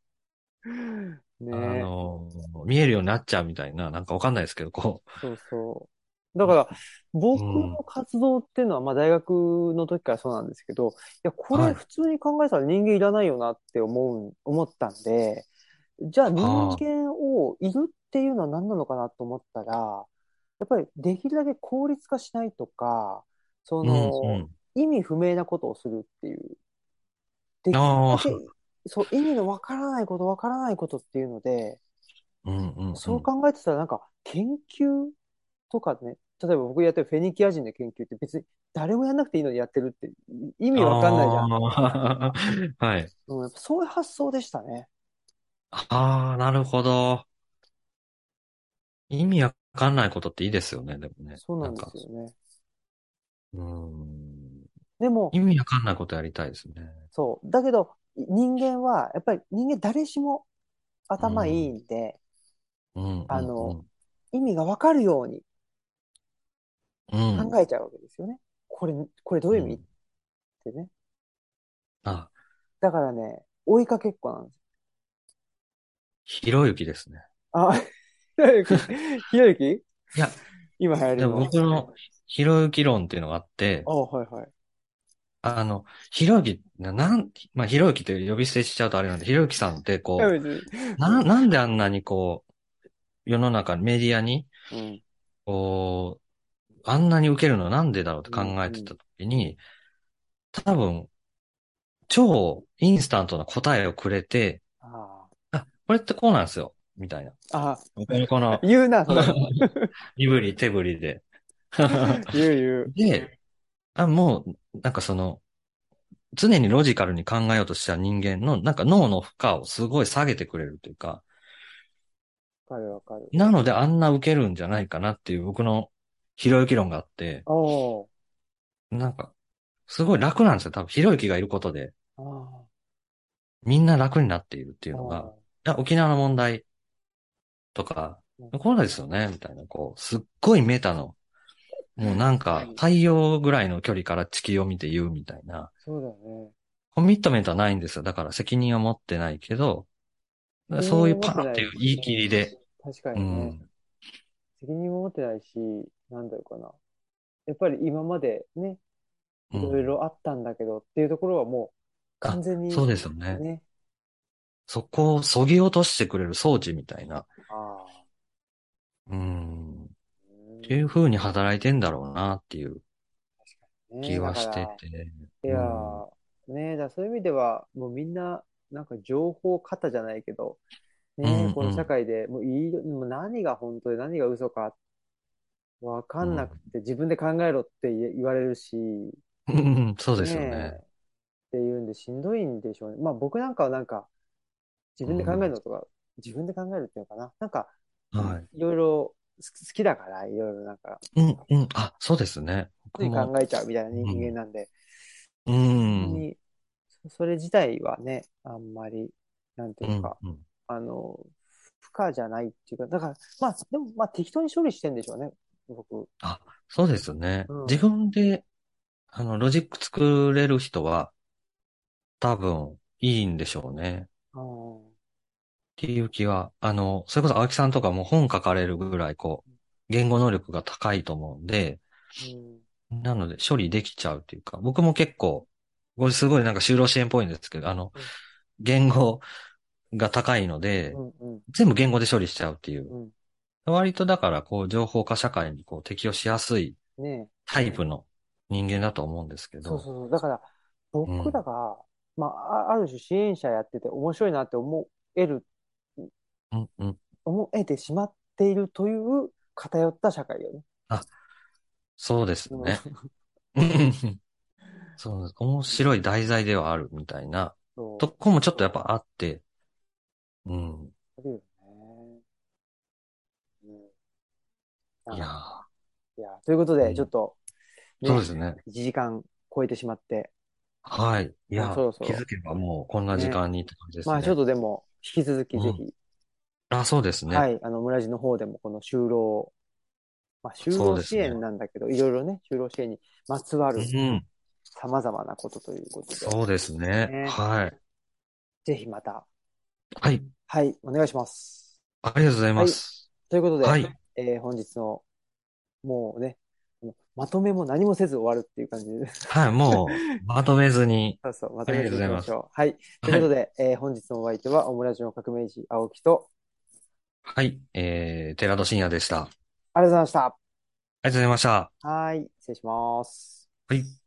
S1: ね
S2: あの、見えるようになっちゃうみたいな、なんかわかんないですけど、こう、
S1: そうそう。だから、僕の活動っていうのは、まあ大学の時からそうなんですけど、いや、こ
S2: は
S1: れ
S2: い
S1: 普通に考えたら人間いらないよなって思う、思ったんで、じゃあ人間をいるっていうのは何なのかなと思ったら、やっぱりできるだけ効率化しないとか、その、
S2: うん、うん。
S1: 意味不明なことをするっていう。できる
S2: あ
S1: だ
S2: ー
S1: け、そう、意味のわからないこと、わからないことっていうので、
S2: うんうんうん、
S1: そう考えてたらなんか研究とかね、例えば僕やってるフェニキア人の研究って別に誰もやんなくていいのにやってるって意味わかんないじゃん。
S2: あー <laughs> はい。
S1: うん、やっぱそういう発想でしたね。
S2: ああ、なるほど。意味わかんないことっていいですよね、でもね。
S1: そうなんですよね。
S2: なんかうん。
S1: でも、
S2: 意味わかんないことやりたいですね。
S1: そう。だけど人間は、やっぱり人間誰しも頭いいんで、
S2: うんうん、うん
S1: あの、意味がわかるように
S2: うん。
S1: 考えちゃうわけですよね。これ、これどういう意味
S2: う
S1: って
S2: ん
S1: ね。
S2: あ、
S1: だからね、追いかけっこなんですよ。
S2: ひろゆきですね。
S1: あ、 <laughs> ひろゆき、ひろゆき
S2: いや、
S1: 今流行り
S2: でも僕のひろゆき論っていうのがあって、
S1: あ、はいはい。
S2: あの、ひろゆき、ななん、まあ、ひろゆきという呼び捨てしちゃうとあれなんで、ひろゆきさんってこ
S1: いや
S2: う、
S1: 別に
S2: な、なんであんなにこう、世の中、メディアに、
S1: うん。
S2: こう、あんなに受けるのはなんでだろうって考えてたときに、多分、超インスタントな答えをくれて、
S1: あ
S2: あ、これってこうなんですよ、みたいな。
S1: あ。あ
S2: この、 <laughs>
S1: 言うな、それ。
S2: 身振り手振りで。
S1: <laughs> 言う言う。
S2: で、あ、もう、なんかその、常にロジカルに考えようとした人間の、なんか脳の負荷をすごい下げてくれるというか、
S1: わかるわかる。
S2: なのであんな受けるんじゃないかなっていう僕のひろゆき論があって、
S1: おー
S2: なんか、すごい楽なんですよ。多分ひろゆきがいることで、
S1: あー
S2: みんな楽になっているっていうの
S1: あ
S2: が、いや沖縄の問題とか
S1: うん、
S2: こうなんですよね、みたいな、こう、すっごいメタの、もうなんか、太陽ぐらいの距離から地球を見て言うみたいな、
S1: ーそうだよね。
S2: コミットメントはないんですよ。だから責任は持ってないけど、そういうパーっていう言い切りで。
S1: 確か
S2: う
S1: にね。
S2: ん。
S1: 責任も持ってないし、なんだろうかな。やっぱり今までね、い
S2: うん
S1: ろいろあったんだけどっていうところはもう完全に、
S2: そうですよね。
S1: ね。
S2: そこをそぎ落としてくれる装置みたいな。
S1: ああ。
S2: うん。っ
S1: うん
S2: ていう風に働いてんだろうなっていう気はしてて。
S1: いやー、ねえ、だからそういう意味では、もうみんな、なんか情報過多じゃないけど、ねえ
S2: うんうん
S1: この社会でもういい、もう何が本当で何が嘘か、わかんなくて、自分で考えろって言え言われるし、
S2: うんそうですよね。
S1: えっていうんでしんどいんでしょうね。まあ僕なんかはなんか、自分で考えるのとか、自分で考えるっていうのかな。なんか、
S2: はい
S1: ろいろす好きだから、いろいろなんか、
S2: い。うん、うん。あ、そうですね。
S1: つ
S2: 僕
S1: い考
S2: も。
S1: えちゃうみたいな人間なんで、
S2: う
S1: 本当
S2: ん。
S1: に、それ自体はね、あんまり、なんて
S2: う。
S1: いうんか、
S2: うん
S1: あの、負荷じゃないっていうか、だから、まあ、でも、まあ、適当に処理してんでしょうね、僕。
S2: そうですね
S1: うん。
S2: 自分で、あの、ロジック作れる人は、多分、いいんでしょうね。
S1: ああ
S2: っていう気は、あの、それこそ青木さんとかも本書かれるぐらい、こう、言語能力が高いと思うんで、
S1: うん
S2: なので処理できちゃうっていうか、僕も結構、これすごいなんか就労支援っぽいんですけど、あの
S1: うん、
S2: 言語が高いので、
S1: うん
S2: 全部言語で処理しちゃうっていうう。
S1: ん
S2: 割とだから、こう、情報化社会にこう適用しやすい
S1: うん。ね
S2: タイプの人間だと思うんですけ
S1: えそう
S2: ど、
S1: そうそう。だから、僕らが、まあ、あある種支援者やってて面白いなって思える、
S2: うんうん。
S1: 思えてしまっているという偏った社会よね。
S2: そうですね。 <laughs> そうです。面白い題材ではあるみたいな。
S1: そう
S2: とこもちょっとやっぱあって、うん。
S1: あるよね。うん。
S2: いや
S1: あいや、ということ
S2: う
S1: で、
S2: ん
S1: ちょっと、
S2: ーそうですね。
S1: 1時間超えてしまって、
S2: はい。いや
S1: あそうそう
S2: 気づけばもうこんな時間にって感じですね。
S1: まあちょっとでも、引き続きぜひ、
S2: あ、そうですね。
S1: はい、あの、村地の方でもこの就労、まあ就
S2: そう
S1: 労
S2: です
S1: 支
S2: ね
S1: 援なんだけど、いろいろね、就労支援にまつわ
S2: う
S1: る
S2: ん。
S1: 様々なことということで、
S2: そうですね
S1: ね。
S2: はい。
S1: ぜひまた、
S2: はい。
S1: はい、お願いします。
S2: ありがとうございます。
S1: ということで、
S2: はい。
S1: えー本日の、もうね、まとめも何もせず終わるっていう感じで、 <laughs>
S2: はい。もう、まとめずに。
S1: そうそう、まとめていきましょう。はい。という
S2: は
S1: こと
S2: い。
S1: で、えー本日のお相手は、オムラジの革命児、青木と、
S2: はい。えー、寺戸信也でした。あり
S1: ありがとうございまし
S2: がとうございました。
S1: た。はい。失礼します。
S2: はい。